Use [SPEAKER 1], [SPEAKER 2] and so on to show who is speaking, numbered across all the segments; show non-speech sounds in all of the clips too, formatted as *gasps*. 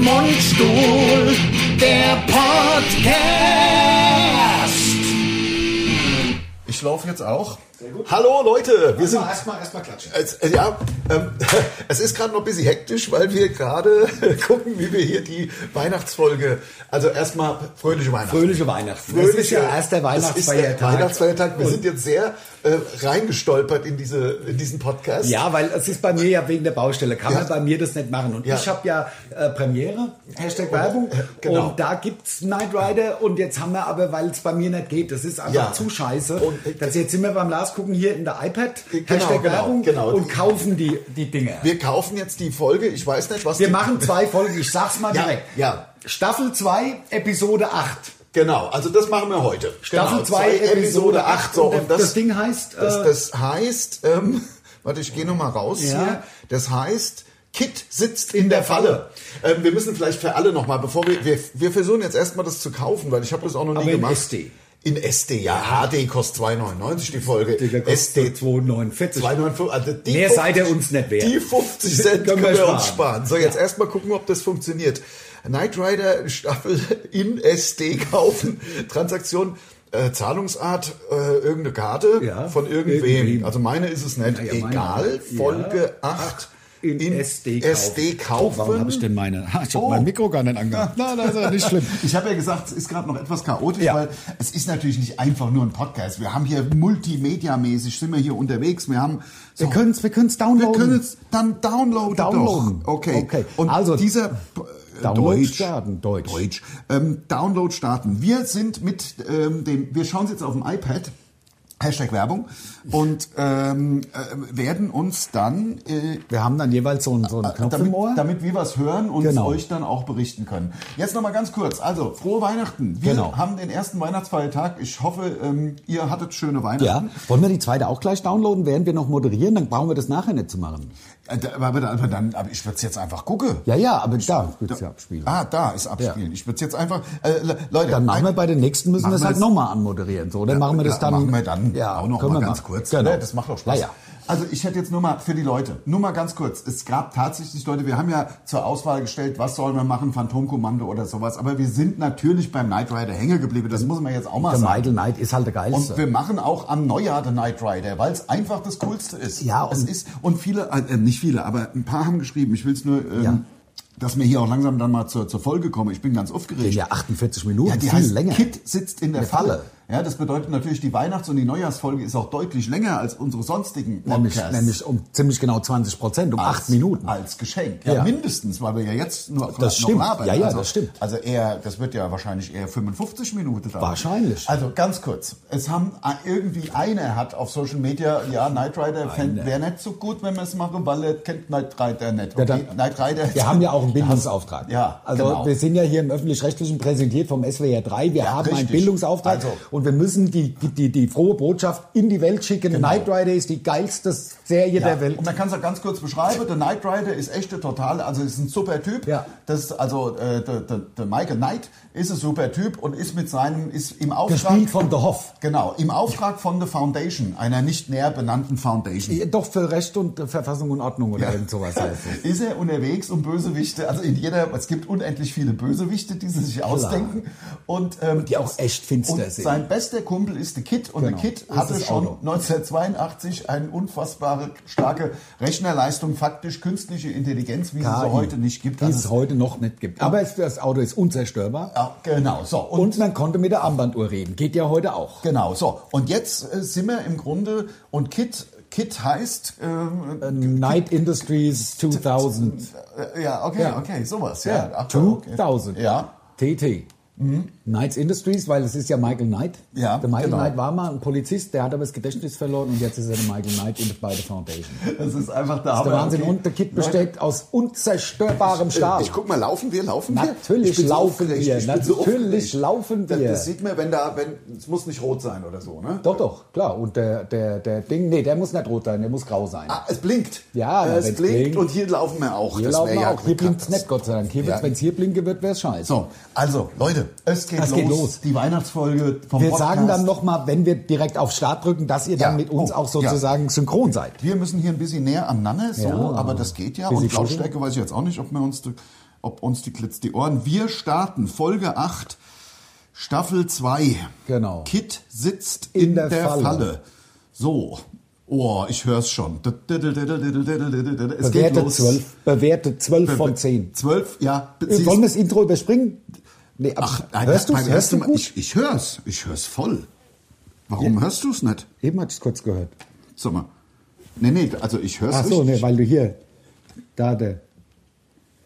[SPEAKER 1] Mundstuhl, der Podcast.
[SPEAKER 2] Ich laufe jetzt auch.
[SPEAKER 3] Hallo Leute, wir sind.
[SPEAKER 2] Erstmal, erstmal klatschen.
[SPEAKER 3] Es, äh, ja, ähm, *laughs* es ist gerade noch ein bisschen hektisch, weil wir gerade *laughs* gucken, wie wir hier die Weihnachtsfolge. Also erstmal fröhliche Weihnachten.
[SPEAKER 4] Fröhliche Weihnachten.
[SPEAKER 3] Fröhliche-
[SPEAKER 4] es ist ja erst der
[SPEAKER 3] Es ist der
[SPEAKER 4] Weihnachtsfeiertag.
[SPEAKER 3] Weihnachtsfeiertag. Wir sind jetzt sehr äh, reingestolpert in, diese, in diesen Podcast.
[SPEAKER 4] ja, weil es ist bei mir ja wegen der Baustelle, kann
[SPEAKER 3] Ja.
[SPEAKER 4] man bei mir das nicht machen. Und
[SPEAKER 3] Ja.
[SPEAKER 4] ich habe ja äh, Premiere, Hashtag Werbung,
[SPEAKER 3] genau.
[SPEAKER 4] und da gibt's Knight Rider und jetzt haben wir aber, weil es bei mir nicht geht, das ist einfach
[SPEAKER 3] Ja.
[SPEAKER 4] zu scheiße,
[SPEAKER 3] Und, äh,
[SPEAKER 4] dass jetzt sind wir beim Lars gucken hier in der iPad,
[SPEAKER 3] Genau,
[SPEAKER 4] Hashtag
[SPEAKER 3] genau,
[SPEAKER 4] Werbung
[SPEAKER 3] genau.
[SPEAKER 4] und kaufen die, die Dinge. Wir,
[SPEAKER 3] Wir kaufen jetzt die Folge. Ich weiß nicht, was die-
[SPEAKER 4] machen zwei Folgen, ich sag's mal
[SPEAKER 3] Ja,
[SPEAKER 4] direkt.
[SPEAKER 3] ja.
[SPEAKER 4] Staffel 2, Episode 8.
[SPEAKER 3] Genau, also das machen wir heute.
[SPEAKER 4] Staffel
[SPEAKER 3] genau,
[SPEAKER 4] 2, Episode 8.
[SPEAKER 3] So,
[SPEAKER 4] und
[SPEAKER 3] und das,
[SPEAKER 4] das Ding heißt...
[SPEAKER 3] Das,
[SPEAKER 4] äh,
[SPEAKER 3] das heißt, ähm, *laughs* warte, ich gehe nochmal raus
[SPEAKER 4] Ja.
[SPEAKER 3] hier. Das heißt, Kit sitzt in der Falle. Ähm, wir müssen vielleicht für alle nochmal, bevor wir, wir, wir versuchen jetzt erstmal das zu kaufen, weil ich habe das auch noch nie
[SPEAKER 4] Aber in
[SPEAKER 3] gemacht.
[SPEAKER 4] SD.
[SPEAKER 3] In SD, ja, HD kostet 2,99 die Folge.
[SPEAKER 4] Digga,
[SPEAKER 3] SD
[SPEAKER 4] kostet 249.
[SPEAKER 3] 2,59. Also die
[SPEAKER 4] Mehr seid ihr uns nicht wert.
[SPEAKER 3] Die 50 Cent können wir uns sparen. So, jetzt erstmal gucken, ob das funktioniert. Knight Rider Staffel in SD kaufen. *laughs* Transaktion, äh, Zahlungsart, äh, irgendeine Karte
[SPEAKER 4] Ja,
[SPEAKER 3] von irgendwem.
[SPEAKER 4] irgendwem.
[SPEAKER 3] Also meine ist es nicht.
[SPEAKER 4] Ja, ja, meine
[SPEAKER 3] Egal.
[SPEAKER 4] auch.
[SPEAKER 3] Folge 8
[SPEAKER 4] in SD kaufen. Oh,
[SPEAKER 3] SD kaufen.
[SPEAKER 4] Warum habe ich denn meine? *laughs* Ha, Ich habe mein Mikro gar nicht angehört.
[SPEAKER 2] Na, das ist ja nicht schlimm. Ich habe ja gesagt, es ist gerade noch etwas chaotisch,
[SPEAKER 4] Ja.
[SPEAKER 2] weil es ist natürlich nicht einfach nur ein Podcast. Wir haben hier multimedia-mäßig, sind wir hier unterwegs. Wir haben
[SPEAKER 4] *laughs*
[SPEAKER 2] so,
[SPEAKER 4] Wir können's- wir können's downloaden.
[SPEAKER 2] Wir können es dann downloaden.
[SPEAKER 4] Downloaden.
[SPEAKER 2] Doch. Okay.
[SPEAKER 4] Okay.
[SPEAKER 2] Und
[SPEAKER 4] Also,
[SPEAKER 2] dieser äh,
[SPEAKER 4] Download
[SPEAKER 2] Deutsch,
[SPEAKER 4] starten, Deutsch.
[SPEAKER 2] Deutsch. Ähm, Download starten. Wir sind mit ähm, dem, wir schauen es jetzt auf dem iPad. Hashtag Werbung und ähm, äh, werden uns dann äh,
[SPEAKER 4] Wir haben dann jeweils so einen, so einen Knopf
[SPEAKER 2] Ah, damit,
[SPEAKER 4] im Ohr.
[SPEAKER 2] damit wir was hören und
[SPEAKER 4] Genau.
[SPEAKER 2] es euch dann auch berichten können. Jetzt nochmal ganz kurz. Also, frohe Weihnachten. Wir
[SPEAKER 4] Genau.
[SPEAKER 2] haben den ersten Weihnachtsfeiertag. Ich hoffe, ähm, ihr hattet schöne Weihnachten.
[SPEAKER 4] ja. Wollen wir die zweite auch gleich downloaden, während wir noch moderieren? Dann brauchen wir das nachher nicht zu machen.
[SPEAKER 2] Äh, da- Aber, aber, dann, aber ich würde es jetzt einfach gucken.
[SPEAKER 4] Ja, ja, aber da wird es ja abspielen.
[SPEAKER 2] Ah, da ist abspielen. Ich würde es jetzt einfach. Äh, Le- Leute,
[SPEAKER 4] Dann machen wir
[SPEAKER 2] ein-
[SPEAKER 4] bei den nächsten, müssen
[SPEAKER 2] Machen
[SPEAKER 4] wir es
[SPEAKER 2] wir
[SPEAKER 4] halt
[SPEAKER 2] das-
[SPEAKER 4] nochmal anmoderieren. So, dann machen wir das
[SPEAKER 2] Ja,
[SPEAKER 4] dann.
[SPEAKER 2] Machen wir dann
[SPEAKER 4] ja,
[SPEAKER 2] auch noch
[SPEAKER 4] können
[SPEAKER 2] mal
[SPEAKER 4] wir
[SPEAKER 2] ganz kurz.
[SPEAKER 4] Genau.
[SPEAKER 2] Ne, Das macht doch Spaß.
[SPEAKER 4] Ja, ja.
[SPEAKER 2] Also ich hätte jetzt nur mal für die Leute, nur mal ganz kurz. Es gab tatsächlich Leute, wir haben ja zur Auswahl gestellt, was sollen wir machen, Phantomkommando oder sowas. Aber wir sind natürlich beim Knight Rider hängen geblieben. Das muss man jetzt auch mal
[SPEAKER 4] Der
[SPEAKER 2] sagen.
[SPEAKER 4] Michael Knight ist halt der geilste.
[SPEAKER 2] Und wir machen auch am Neujahr den Knight Rider, weil es einfach das Coolste ist.
[SPEAKER 4] Ja,
[SPEAKER 2] und es
[SPEAKER 4] und-
[SPEAKER 2] ist und viele, äh, äh, nicht viele, aber ein paar haben geschrieben. Ich will es nur, ähm,
[SPEAKER 4] Ja.
[SPEAKER 2] dass wir hier auch langsam dann mal zur, zur Folge kommen. Ich bin ganz aufgeregt.
[SPEAKER 4] ja, 48 Minuten,
[SPEAKER 2] Ja, die
[SPEAKER 4] viel
[SPEAKER 2] heißt
[SPEAKER 4] länger.
[SPEAKER 2] Kit sitzt in der
[SPEAKER 4] Eine
[SPEAKER 2] Falle.
[SPEAKER 4] Falle.
[SPEAKER 2] Ja, das bedeutet natürlich, die Weihnachts- und die Neujahrsfolge ist auch deutlich länger als unsere sonstigen
[SPEAKER 4] nämlich,
[SPEAKER 2] Podcasts.
[SPEAKER 4] nämlich um ziemlich genau 20 Prozent, um
[SPEAKER 2] als,
[SPEAKER 4] acht Minuten.
[SPEAKER 2] Als Geschenk. Ja,
[SPEAKER 4] Ja.
[SPEAKER 2] mindestens, weil wir ja jetzt nur
[SPEAKER 4] Das
[SPEAKER 2] noch
[SPEAKER 4] stimmt.
[SPEAKER 2] labern.
[SPEAKER 4] Ja, ja,
[SPEAKER 2] also,
[SPEAKER 4] das stimmt.
[SPEAKER 2] Also eher, das wird ja wahrscheinlich eher 55 Minuten dauern.
[SPEAKER 4] Wahrscheinlich.
[SPEAKER 2] Also ganz kurz. Es haben äh, irgendwie einer hat auf Social Media, ja, Knight Rider wäre nicht so gut, wenn wir es machen, weil er kennt Knight Rider nicht.
[SPEAKER 4] Ja, dann-
[SPEAKER 2] Knight Rider.
[SPEAKER 4] Wir haben ja auch einen Bildungsauftrag.
[SPEAKER 2] Ja,
[SPEAKER 4] also
[SPEAKER 2] genau.
[SPEAKER 4] wir sind ja hier im öffentlich-rechtlichen präsentiert vom SWR 3. Wir haben einen
[SPEAKER 2] richtig.
[SPEAKER 4] Bildungsauftrag
[SPEAKER 2] Also-
[SPEAKER 4] und wir müssen die, die, die frohe Botschaft in die Welt schicken.
[SPEAKER 2] Genau.
[SPEAKER 4] Knight Rider ist die geilste Serie der Welt.
[SPEAKER 2] Und man kann es auch ganz kurz beschreiben. Der Knight Rider ist echt der totale, also ist ein super Typ.
[SPEAKER 4] Ja.
[SPEAKER 2] Das ist also äh, der, der, der Michael Knight ist ein super Typ und ist mit seinem ist im Auftrag
[SPEAKER 4] Gespielt von The Hoff.
[SPEAKER 2] genau im Auftrag von der Foundation, einer nicht näher benannten Foundation.
[SPEAKER 4] Doch für Recht und äh, Verfassung und Ordnung oder irgend sowas halt. heißt es.
[SPEAKER 2] Ist er unterwegs um Bösewichte, also in jeder, es gibt unendlich viele Bösewichte, die sie sich ausdenken und ähm,
[SPEAKER 4] Die auch echt finster
[SPEAKER 2] und
[SPEAKER 4] sind.
[SPEAKER 2] Sein bester Kumpel ist der Kid und
[SPEAKER 4] Genau.
[SPEAKER 2] der Kid
[SPEAKER 4] Das
[SPEAKER 2] hatte
[SPEAKER 4] ist das
[SPEAKER 2] schon
[SPEAKER 4] Auto.
[SPEAKER 2] 1982 eine unfassbare starke Rechnerleistung, faktisch künstliche Intelligenz, wie sie
[SPEAKER 4] KI,
[SPEAKER 2] so heute nicht gibt.
[SPEAKER 4] Die
[SPEAKER 2] Also
[SPEAKER 4] es heute noch nicht gibt. Aber es, das Auto ist unzerstörbar.
[SPEAKER 2] ja, genau so und,
[SPEAKER 4] Und, man konnte mit der Armbanduhr reden. Geht ja heute auch.
[SPEAKER 2] genau so und jetzt äh, sind wir im Grunde und Kid Kid heißt ähm,
[SPEAKER 4] Night Industries 2000.
[SPEAKER 2] äh, ja okay
[SPEAKER 4] Ja.
[SPEAKER 2] okay sowas ja,
[SPEAKER 4] Ja,
[SPEAKER 2] Ach so, okay.
[SPEAKER 4] 2000.
[SPEAKER 2] ja
[SPEAKER 4] TT. Knights Industries, weil es ist ja Michael Knight.
[SPEAKER 2] Mhm. Ja,
[SPEAKER 4] der Michael
[SPEAKER 2] genau.
[SPEAKER 4] Knight war mal ein Polizist, der hat aber das Gedächtnis verloren und jetzt ist er der Michael Knight in bei der Foundation.
[SPEAKER 2] das ist einfach
[SPEAKER 4] Das ist
[SPEAKER 2] der,
[SPEAKER 4] der
[SPEAKER 2] Hammer,
[SPEAKER 4] Wahnsinn.
[SPEAKER 2] okay.
[SPEAKER 4] Und der Kit
[SPEAKER 2] Leute,
[SPEAKER 4] besteht aus unzerstörbarem Stahl.
[SPEAKER 3] Ich guck mal, laufen wir, laufen wir?
[SPEAKER 4] Natürlich
[SPEAKER 3] Ich bin so
[SPEAKER 4] laufen
[SPEAKER 3] aufgeregt,
[SPEAKER 4] wir,
[SPEAKER 3] ich bin so
[SPEAKER 4] natürlich
[SPEAKER 3] aufgeregt.
[SPEAKER 4] laufen
[SPEAKER 3] Das,
[SPEAKER 4] wir.
[SPEAKER 3] das sieht man, wenn da, wenn, es muss nicht rot sein oder so, ne?
[SPEAKER 4] Doch, doch, klar. Und der, der, der Ding, nee, der muss nicht rot sein, der muss grau sein.
[SPEAKER 3] Ah, es blinkt.
[SPEAKER 4] Ja,
[SPEAKER 3] Äh,
[SPEAKER 4] na,
[SPEAKER 3] es
[SPEAKER 4] wenn's
[SPEAKER 3] blinkt,
[SPEAKER 4] blinkt.
[SPEAKER 3] und hier laufen wir auch.
[SPEAKER 4] hier
[SPEAKER 3] Das wär
[SPEAKER 4] laufen wir
[SPEAKER 3] ja
[SPEAKER 4] auch. Hier blinkt es
[SPEAKER 3] Katastrophe.
[SPEAKER 4] nicht, Gott sei Dank. Hier
[SPEAKER 3] Ja.
[SPEAKER 4] wird's, wenn es hier blinken wird, wäre es scheiße.
[SPEAKER 2] So, also Leute, es geht,
[SPEAKER 4] Es
[SPEAKER 2] los.
[SPEAKER 4] geht los.
[SPEAKER 2] Die Weihnachtsfolge vom
[SPEAKER 4] Wir
[SPEAKER 2] Podcast.
[SPEAKER 4] sagen dann nochmal, wenn wir direkt auf Start drücken, dass ihr dann
[SPEAKER 2] Ja.
[SPEAKER 4] mit uns
[SPEAKER 2] Oh,
[SPEAKER 4] auch sozusagen synchron seid.
[SPEAKER 2] Wir müssen hier ein bisschen näher aneinander, so,
[SPEAKER 4] Ja.
[SPEAKER 2] aber das geht ja.
[SPEAKER 4] Bisschen
[SPEAKER 2] Und Lautstärke weiß ich jetzt auch nicht, ob wir uns. ob uns die Klitz die Ohren. Wir starten Folge 8, Staffel 2.
[SPEAKER 4] Genau.
[SPEAKER 2] Kit sitzt in, der, Falle. So. Oh, ich hör's schon. Es geht
[SPEAKER 4] Bewertet
[SPEAKER 2] los.
[SPEAKER 4] 12, bewertet 12 von 10.
[SPEAKER 2] Zwölf, ja.
[SPEAKER 4] Äh, Wollen wir das Intro überspringen? Nee, aber
[SPEAKER 2] Ach, nein,
[SPEAKER 4] hörst du
[SPEAKER 2] beim
[SPEAKER 4] Hörst
[SPEAKER 2] ersten
[SPEAKER 4] du
[SPEAKER 2] Mal-
[SPEAKER 4] gut?
[SPEAKER 2] Ich, ich hör's. Ich hör's voll. Warum hörst du's nicht?
[SPEAKER 4] Eben hab ich's kurz gehört.
[SPEAKER 2] Sag mal. Nee, nee, also ich hör's
[SPEAKER 4] Ach so,
[SPEAKER 2] richtig.
[SPEAKER 4] nee, weil du hier, da der,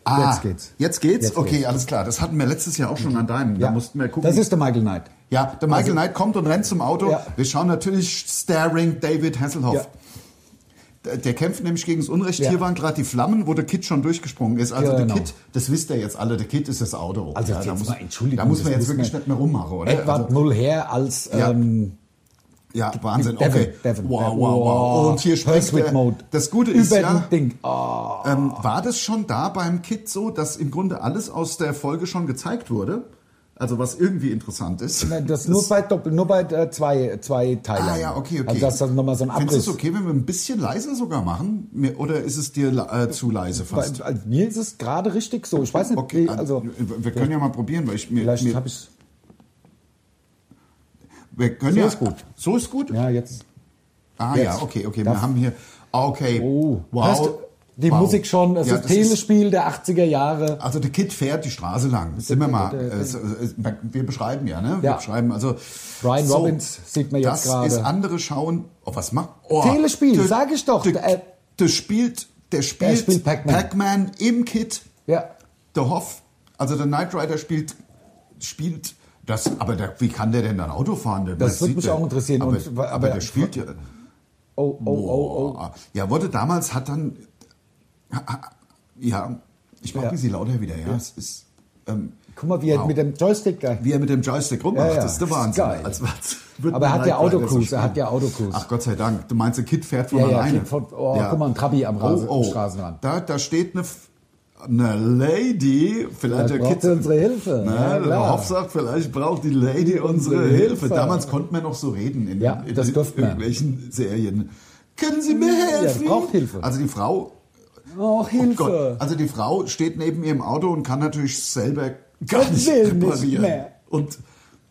[SPEAKER 2] ah,
[SPEAKER 4] jetzt geht's.
[SPEAKER 2] Jetzt geht's?
[SPEAKER 4] Jetzt
[SPEAKER 2] okay,
[SPEAKER 4] geht's.
[SPEAKER 2] alles klar. Das hatten wir letztes Jahr auch schon an deinem. Da mussten wir gucken.
[SPEAKER 4] Das ist der Michael Knight.
[SPEAKER 2] ja, der Michael Knight kommt und rennt zum Auto.
[SPEAKER 4] Ja.
[SPEAKER 2] Wir schauen natürlich Staring David Hasselhoff.
[SPEAKER 4] Ja.
[SPEAKER 2] Der- Der kämpft nämlich gegen das Unrecht.
[SPEAKER 4] Ja.
[SPEAKER 2] Hier waren gerade die Flammen, wo der Kid schon durchgesprungen ist. Also
[SPEAKER 4] Genau.
[SPEAKER 2] der Kid, das wisst ihr jetzt alle, der Kid ist das Auto.
[SPEAKER 4] Also jetzt
[SPEAKER 2] da muss,
[SPEAKER 4] mal, Entschuldigung,
[SPEAKER 2] da muss
[SPEAKER 4] das
[SPEAKER 2] man
[SPEAKER 4] muss
[SPEAKER 2] jetzt wirklich
[SPEAKER 4] man-
[SPEAKER 2] nicht mehr rummachen, oder?
[SPEAKER 4] Edward
[SPEAKER 2] Also-
[SPEAKER 4] Null her als,
[SPEAKER 2] Ja.
[SPEAKER 4] ähm,
[SPEAKER 2] Ja, Wahnsinn.
[SPEAKER 4] Devin,
[SPEAKER 2] Okay.
[SPEAKER 4] Devin,
[SPEAKER 2] wow,
[SPEAKER 4] Devin.
[SPEAKER 2] wow, wow.
[SPEAKER 4] Oh,
[SPEAKER 2] Und hier spricht
[SPEAKER 4] Hurst with
[SPEAKER 2] er.
[SPEAKER 4] Mode.
[SPEAKER 2] Das Gute
[SPEAKER 4] über
[SPEAKER 2] ist ja,
[SPEAKER 4] den Ding. Oh,
[SPEAKER 2] ähm, war das schon da beim Kid so, dass im Grunde alles aus der Folge schon gezeigt wurde? Also was irgendwie interessant ist.
[SPEAKER 4] nein, das, nur bei, Doppel, nur bei äh, zwei, zwei Teilen.
[SPEAKER 2] ah ja, okay, okay.
[SPEAKER 4] Also das ist dann nochmal so ein
[SPEAKER 2] Findest du
[SPEAKER 4] Abriss.
[SPEAKER 2] es okay, wenn wir ein bisschen leiser sogar machen? Mir- Oder ist es dir äh, zu leise
[SPEAKER 4] Bei-
[SPEAKER 2] fast?
[SPEAKER 4] also Mir ist es gerade richtig so. Ich weiß nicht,
[SPEAKER 2] Okay,
[SPEAKER 4] wie- also
[SPEAKER 2] äh, wir können ja mal probieren, weil ich mir,
[SPEAKER 4] vielleicht
[SPEAKER 2] mir
[SPEAKER 4] habe ich
[SPEAKER 2] wir können
[SPEAKER 4] so
[SPEAKER 2] ja
[SPEAKER 4] ist gut.
[SPEAKER 2] So ist gut.
[SPEAKER 4] ja jetzt.
[SPEAKER 2] Ah
[SPEAKER 4] Jetzt.
[SPEAKER 2] ja, okay, okay.
[SPEAKER 4] Das-
[SPEAKER 2] wir haben hier ah, okay.
[SPEAKER 4] Oh,
[SPEAKER 2] wow.
[SPEAKER 4] Hörst du die
[SPEAKER 2] wow.
[SPEAKER 4] Musik schon, es
[SPEAKER 2] Ja,
[SPEAKER 4] ist
[SPEAKER 2] das ist-
[SPEAKER 4] Telespiel der 80er Jahre.
[SPEAKER 2] Also der Kid fährt die Straße lang. Sind wir mal.
[SPEAKER 4] der- der-
[SPEAKER 2] äh, so- äh, Wir beschreiben ja, ne? Wir
[SPEAKER 4] Ja.
[SPEAKER 2] beschreiben also.
[SPEAKER 4] Brian Robbins sieht man jetzt
[SPEAKER 2] das
[SPEAKER 4] gerade.
[SPEAKER 2] ist andere schauen. Oh, was macht? Oh,
[SPEAKER 4] Telespiel,
[SPEAKER 2] der-
[SPEAKER 4] sag ich doch.
[SPEAKER 2] Der,
[SPEAKER 4] Der- äh,
[SPEAKER 2] der spielt, der spielt,
[SPEAKER 4] spielt Pac-Man.
[SPEAKER 2] Pac-Man im Kid.
[SPEAKER 4] Ja.
[SPEAKER 2] Der Hoff, also der Knight Rider spielt, spielt das. Aber der, wie kann der denn dann Auto fahren? Der-
[SPEAKER 4] Das
[SPEAKER 2] was
[SPEAKER 4] wird
[SPEAKER 2] sieht
[SPEAKER 4] mich
[SPEAKER 2] der?
[SPEAKER 4] auch interessieren.
[SPEAKER 2] Aber,
[SPEAKER 4] Und-
[SPEAKER 2] aber,
[SPEAKER 4] aber-
[SPEAKER 2] der spielt ja.
[SPEAKER 4] Oh, oh, oh, oh.
[SPEAKER 2] Boah. Ja, wurde damals hat dann. Ja, ich mache
[SPEAKER 4] Ja.
[SPEAKER 2] ein bisschen lauter wieder. Ja, es ist. Ähm,
[SPEAKER 4] Guck mal, wie er
[SPEAKER 2] Wow.
[SPEAKER 4] mit dem Joystick da.
[SPEAKER 2] wie er mit dem Joystick rummacht,
[SPEAKER 4] Ja, ja.
[SPEAKER 2] das ist der
[SPEAKER 4] Das ist
[SPEAKER 2] Wahnsinn.
[SPEAKER 4] geil.
[SPEAKER 2] Als- als würde
[SPEAKER 4] Aber er
[SPEAKER 2] man
[SPEAKER 4] hat ja
[SPEAKER 2] Knight Rider so
[SPEAKER 4] Autocruise, er
[SPEAKER 2] spielen.
[SPEAKER 4] hat ja Autocruise.
[SPEAKER 2] Ach Gott sei Dank. Du meinst, der Kid fährt von
[SPEAKER 4] Ja, ja,
[SPEAKER 2] alleine. oh.
[SPEAKER 4] Kid von- oh, guck mal, ein Trabi am Rasen- Straßenrand.
[SPEAKER 2] Da, da steht eine, F- eine Lady, vielleicht der
[SPEAKER 4] braucht
[SPEAKER 2] Kid.
[SPEAKER 4] sie unsere Hilfe.
[SPEAKER 2] Na,
[SPEAKER 4] Ja,
[SPEAKER 2] der
[SPEAKER 4] klar.
[SPEAKER 2] Hoff sagt, vielleicht braucht die Lady unsere
[SPEAKER 4] Unsere
[SPEAKER 2] Hilfe.
[SPEAKER 4] Hilfe.
[SPEAKER 2] Damals konnte man noch so reden in,
[SPEAKER 4] Ja,
[SPEAKER 2] in,
[SPEAKER 4] das
[SPEAKER 2] in
[SPEAKER 4] durfte man.
[SPEAKER 2] irgendwelchen Serien. Können Sie mir helfen?
[SPEAKER 4] Ja, braucht Hilfe.
[SPEAKER 2] Also die Frau
[SPEAKER 4] Oh,
[SPEAKER 2] Oh
[SPEAKER 4] Hilfe.
[SPEAKER 2] Gott. Also die Frau steht neben ihrem Auto und kann natürlich selber gar
[SPEAKER 4] Und
[SPEAKER 2] nicht
[SPEAKER 4] will nicht
[SPEAKER 2] reparieren.
[SPEAKER 4] mehr.
[SPEAKER 2] Und,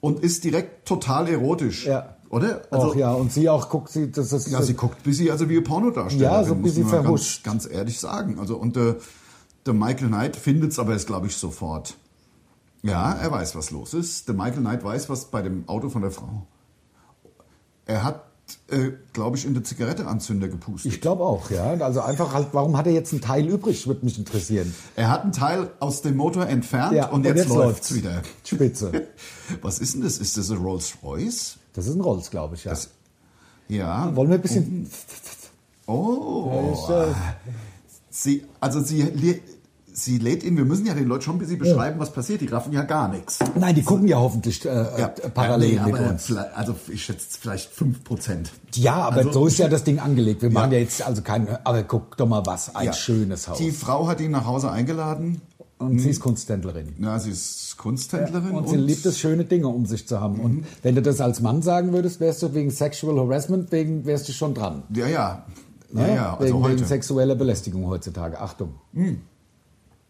[SPEAKER 2] und ist direkt total erotisch.
[SPEAKER 4] Ja.
[SPEAKER 2] Oder? Also,
[SPEAKER 4] Och ja, und sie auch guckt sie, das ist
[SPEAKER 2] ja, sie guckt ein bisschen, also wie ein Pornodarsteller.
[SPEAKER 4] Ja, so ein bisschen verhuscht.
[SPEAKER 2] Ganz, ganz ehrlich sagen. Also, und der, der Michael Knight findet es aber jetzt, glaube ich, sofort. Ja, er weiß, was los ist. Der Michael Knight weiß, was bei dem Auto von der Frau. Er hat, äh, glaube ich, in der Zigaretteanzünder gepustet.
[SPEAKER 4] ich glaube auch, ja. Also einfach halt, warum hat er jetzt einen Teil übrig, würde mich interessieren.
[SPEAKER 2] Er hat einen Teil aus dem Motor entfernt
[SPEAKER 4] Ja,
[SPEAKER 2] und, jetzt läuft's wieder.
[SPEAKER 4] Spitze.
[SPEAKER 2] *laughs* Was ist denn das? Ist das ein Rolls Royce?
[SPEAKER 4] Das ist ein Rolls, glaube ich, ja.
[SPEAKER 2] Ja.
[SPEAKER 4] Wollen wir ein bisschen.
[SPEAKER 2] Oh.
[SPEAKER 4] Ist, äh,
[SPEAKER 2] Sie, also sie, lä- sie lädt ihn. Wir müssen ja den Leuten schon ein bisschen beschreiben, was passiert. Die raffen ja gar nichts.
[SPEAKER 4] nein, die gucken ja hoffentlich äh,
[SPEAKER 2] Ja,
[SPEAKER 4] äh, parallel
[SPEAKER 2] ja,
[SPEAKER 4] mit
[SPEAKER 2] aber
[SPEAKER 4] uns.
[SPEAKER 2] vielleicht- Also ich schätze vielleicht 5%.
[SPEAKER 4] Ja, aber
[SPEAKER 2] Also-
[SPEAKER 4] so ist ja das Ding angelegt. Wir machen
[SPEAKER 2] Ja.
[SPEAKER 4] ja jetzt also kein. Aber guck doch mal was, ein
[SPEAKER 2] Ja.
[SPEAKER 4] schönes Haus.
[SPEAKER 2] Die Frau hat ihn nach Hause eingeladen.
[SPEAKER 4] und sie ist Kunsthändlerin.
[SPEAKER 2] Na, sie ist Kunsthändlerin.
[SPEAKER 4] Und sie liebt es, schöne Dinge um sich zu haben.
[SPEAKER 2] Mhm.
[SPEAKER 4] Und wenn du das als Mann sagen würdest, wärst du wegen Sexual Harassment, wegen wärst du schon dran.
[SPEAKER 2] Ja, ja. Ja,
[SPEAKER 4] ne?
[SPEAKER 2] ja, also
[SPEAKER 4] wegen, wegen
[SPEAKER 2] heute. Mhm.
[SPEAKER 4] sexueller Belästigung heutzutage. Achtung.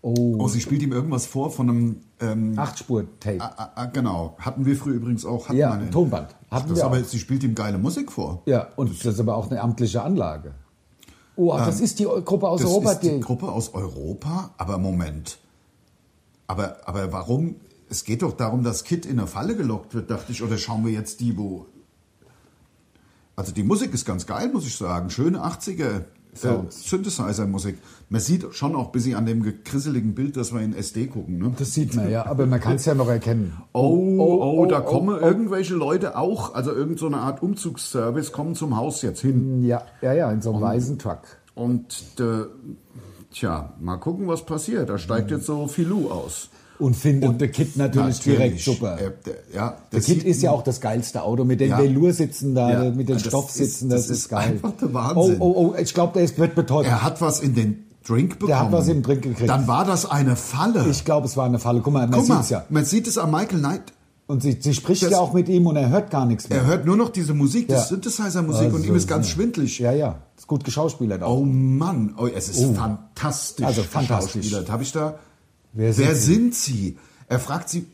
[SPEAKER 2] Oh, sie spielt ihm irgendwas vor von einem ähm,
[SPEAKER 4] Achtspur-Tape.
[SPEAKER 2] Ah, ah, genau. Hatten wir früher übrigens auch. Hatten
[SPEAKER 4] Ja,
[SPEAKER 2] wir einen.
[SPEAKER 4] Tonband. Hatten
[SPEAKER 2] das
[SPEAKER 4] wir
[SPEAKER 2] aber,
[SPEAKER 4] auch.
[SPEAKER 2] sie spielt ihm geile Musik vor.
[SPEAKER 4] Ja, und das ist aber auch eine amtliche Anlage. Oh, das ist die Gruppe aus
[SPEAKER 2] das
[SPEAKER 4] Europa,
[SPEAKER 2] ist die
[SPEAKER 4] die.
[SPEAKER 2] Gruppe aus Europa. Aber Moment. Aber, aber warum? Es geht doch darum, dass Kid in eine Falle gelockt wird, dachte ich. Oder schauen wir jetzt die, wo... Also die Musik ist ganz geil, muss ich sagen. Schöne 80er. Äh,
[SPEAKER 4] Sounds.
[SPEAKER 2] Synthesizer-Musik. Man sieht schon auch ein bisschen an dem gekrisseligen Bild, dass wir in SD gucken. Ne?
[SPEAKER 4] das sieht man ja, aber man kann es ja noch erkennen.
[SPEAKER 2] Oh, oh,
[SPEAKER 4] oh,
[SPEAKER 2] da
[SPEAKER 4] oh,
[SPEAKER 2] kommen irgendwelche Leute auch, also irgend so eine Art Umzugsservice, kommen zum Haus jetzt hin.
[SPEAKER 4] Ja, ja, ja, in so einem weißen Truck.
[SPEAKER 2] Und äh, tja, mal gucken, was passiert. Da steigt jetzt so Filou aus.
[SPEAKER 4] Und findet der Kid natürlich, direkt super.
[SPEAKER 2] Äh, der, ja,
[SPEAKER 4] der
[SPEAKER 2] das
[SPEAKER 4] Kid
[SPEAKER 2] sieht
[SPEAKER 4] ist ja
[SPEAKER 2] man-
[SPEAKER 4] auch das geilste Auto, mit den
[SPEAKER 2] Ja.
[SPEAKER 4] Velour-Sitzen da,
[SPEAKER 2] Ja,
[SPEAKER 4] mit den
[SPEAKER 2] das
[SPEAKER 4] Stoffsitzen,
[SPEAKER 2] ist-
[SPEAKER 4] das,
[SPEAKER 2] das
[SPEAKER 4] ist
[SPEAKER 2] ist
[SPEAKER 4] geil.
[SPEAKER 2] einfach der Wahnsinn.
[SPEAKER 4] Oh, oh, oh, ich glaube, der ist, wird betäubt.
[SPEAKER 2] Er hat was in den Drink bekommen.
[SPEAKER 4] Der hat was in den Drink gekriegt.
[SPEAKER 2] Dann war das eine Falle.
[SPEAKER 4] Ich glaube, es war eine Falle. Guck mal, man
[SPEAKER 2] Guck
[SPEAKER 4] sieht
[SPEAKER 2] mal,
[SPEAKER 4] es ja.
[SPEAKER 2] man sieht es an Michael Knight.
[SPEAKER 4] Und sie, sie spricht
[SPEAKER 2] Das-
[SPEAKER 4] ja auch mit ihm und er hört gar nichts mehr.
[SPEAKER 2] Er hört nur noch diese Musik,
[SPEAKER 4] Ja.
[SPEAKER 2] die Synthesizer-Musik und
[SPEAKER 4] Also,
[SPEAKER 2] ihm ist ganz
[SPEAKER 4] ja.
[SPEAKER 2] schwindlig.
[SPEAKER 4] ja, ja, ist gut geschauspielert auch.
[SPEAKER 2] Oh Mann, oh, es ist fantastisch.
[SPEAKER 4] Also fantastisch.
[SPEAKER 2] geschauspielert. Hab ich da
[SPEAKER 4] Wer sind
[SPEAKER 2] Wer
[SPEAKER 4] Sie?
[SPEAKER 2] sind Sie? Er fragt sie,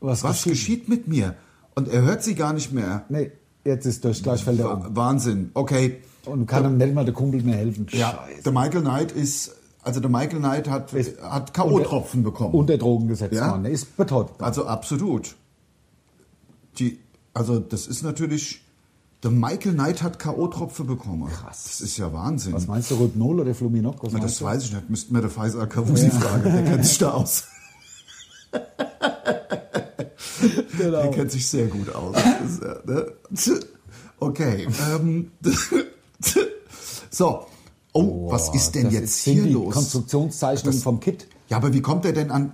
[SPEAKER 4] Was,
[SPEAKER 2] was geschieht mit mir? Und er hört sie gar nicht mehr.
[SPEAKER 4] Nee, jetzt ist durch Gleichfelder
[SPEAKER 2] Wa-
[SPEAKER 4] um.
[SPEAKER 2] Wahnsinn. Okay.
[SPEAKER 4] Und kann ihm nicht mal der Kumpel mehr helfen.
[SPEAKER 2] Ja, der Michael Knight ist, also der Michael Knight hat,
[SPEAKER 4] Ist-
[SPEAKER 2] hat K.O.-Tropfen bekommen.
[SPEAKER 4] Unter Drogen gesetzt
[SPEAKER 2] Ja.
[SPEAKER 4] worden. Er ist betäubt.
[SPEAKER 2] Also absolut. Die, also das ist natürlich. Der Michael Knight hat K.O.-Tropfe bekommen. Krass. Das ist ja Wahnsinn.
[SPEAKER 4] Was meinst du, Rhypnol oder Fluminok? Was
[SPEAKER 2] Na,
[SPEAKER 4] meinst
[SPEAKER 2] das
[SPEAKER 4] du?
[SPEAKER 2] weiß ich nicht. Müssten wir der Faisal Kavusi fragen. Der kennt sich
[SPEAKER 4] *laughs*
[SPEAKER 2] da aus. Der *laughs*
[SPEAKER 4] Genau.
[SPEAKER 2] kennt sich sehr gut aus. Das ist, ja, ne? Okay. Ähm, *laughs* so. Oh, was ist denn
[SPEAKER 4] das
[SPEAKER 2] jetzt
[SPEAKER 4] sind
[SPEAKER 2] hier
[SPEAKER 4] die
[SPEAKER 2] los?
[SPEAKER 4] Konstruktionszeichnung vom Kit.
[SPEAKER 2] Ja, aber wie kommt er denn an?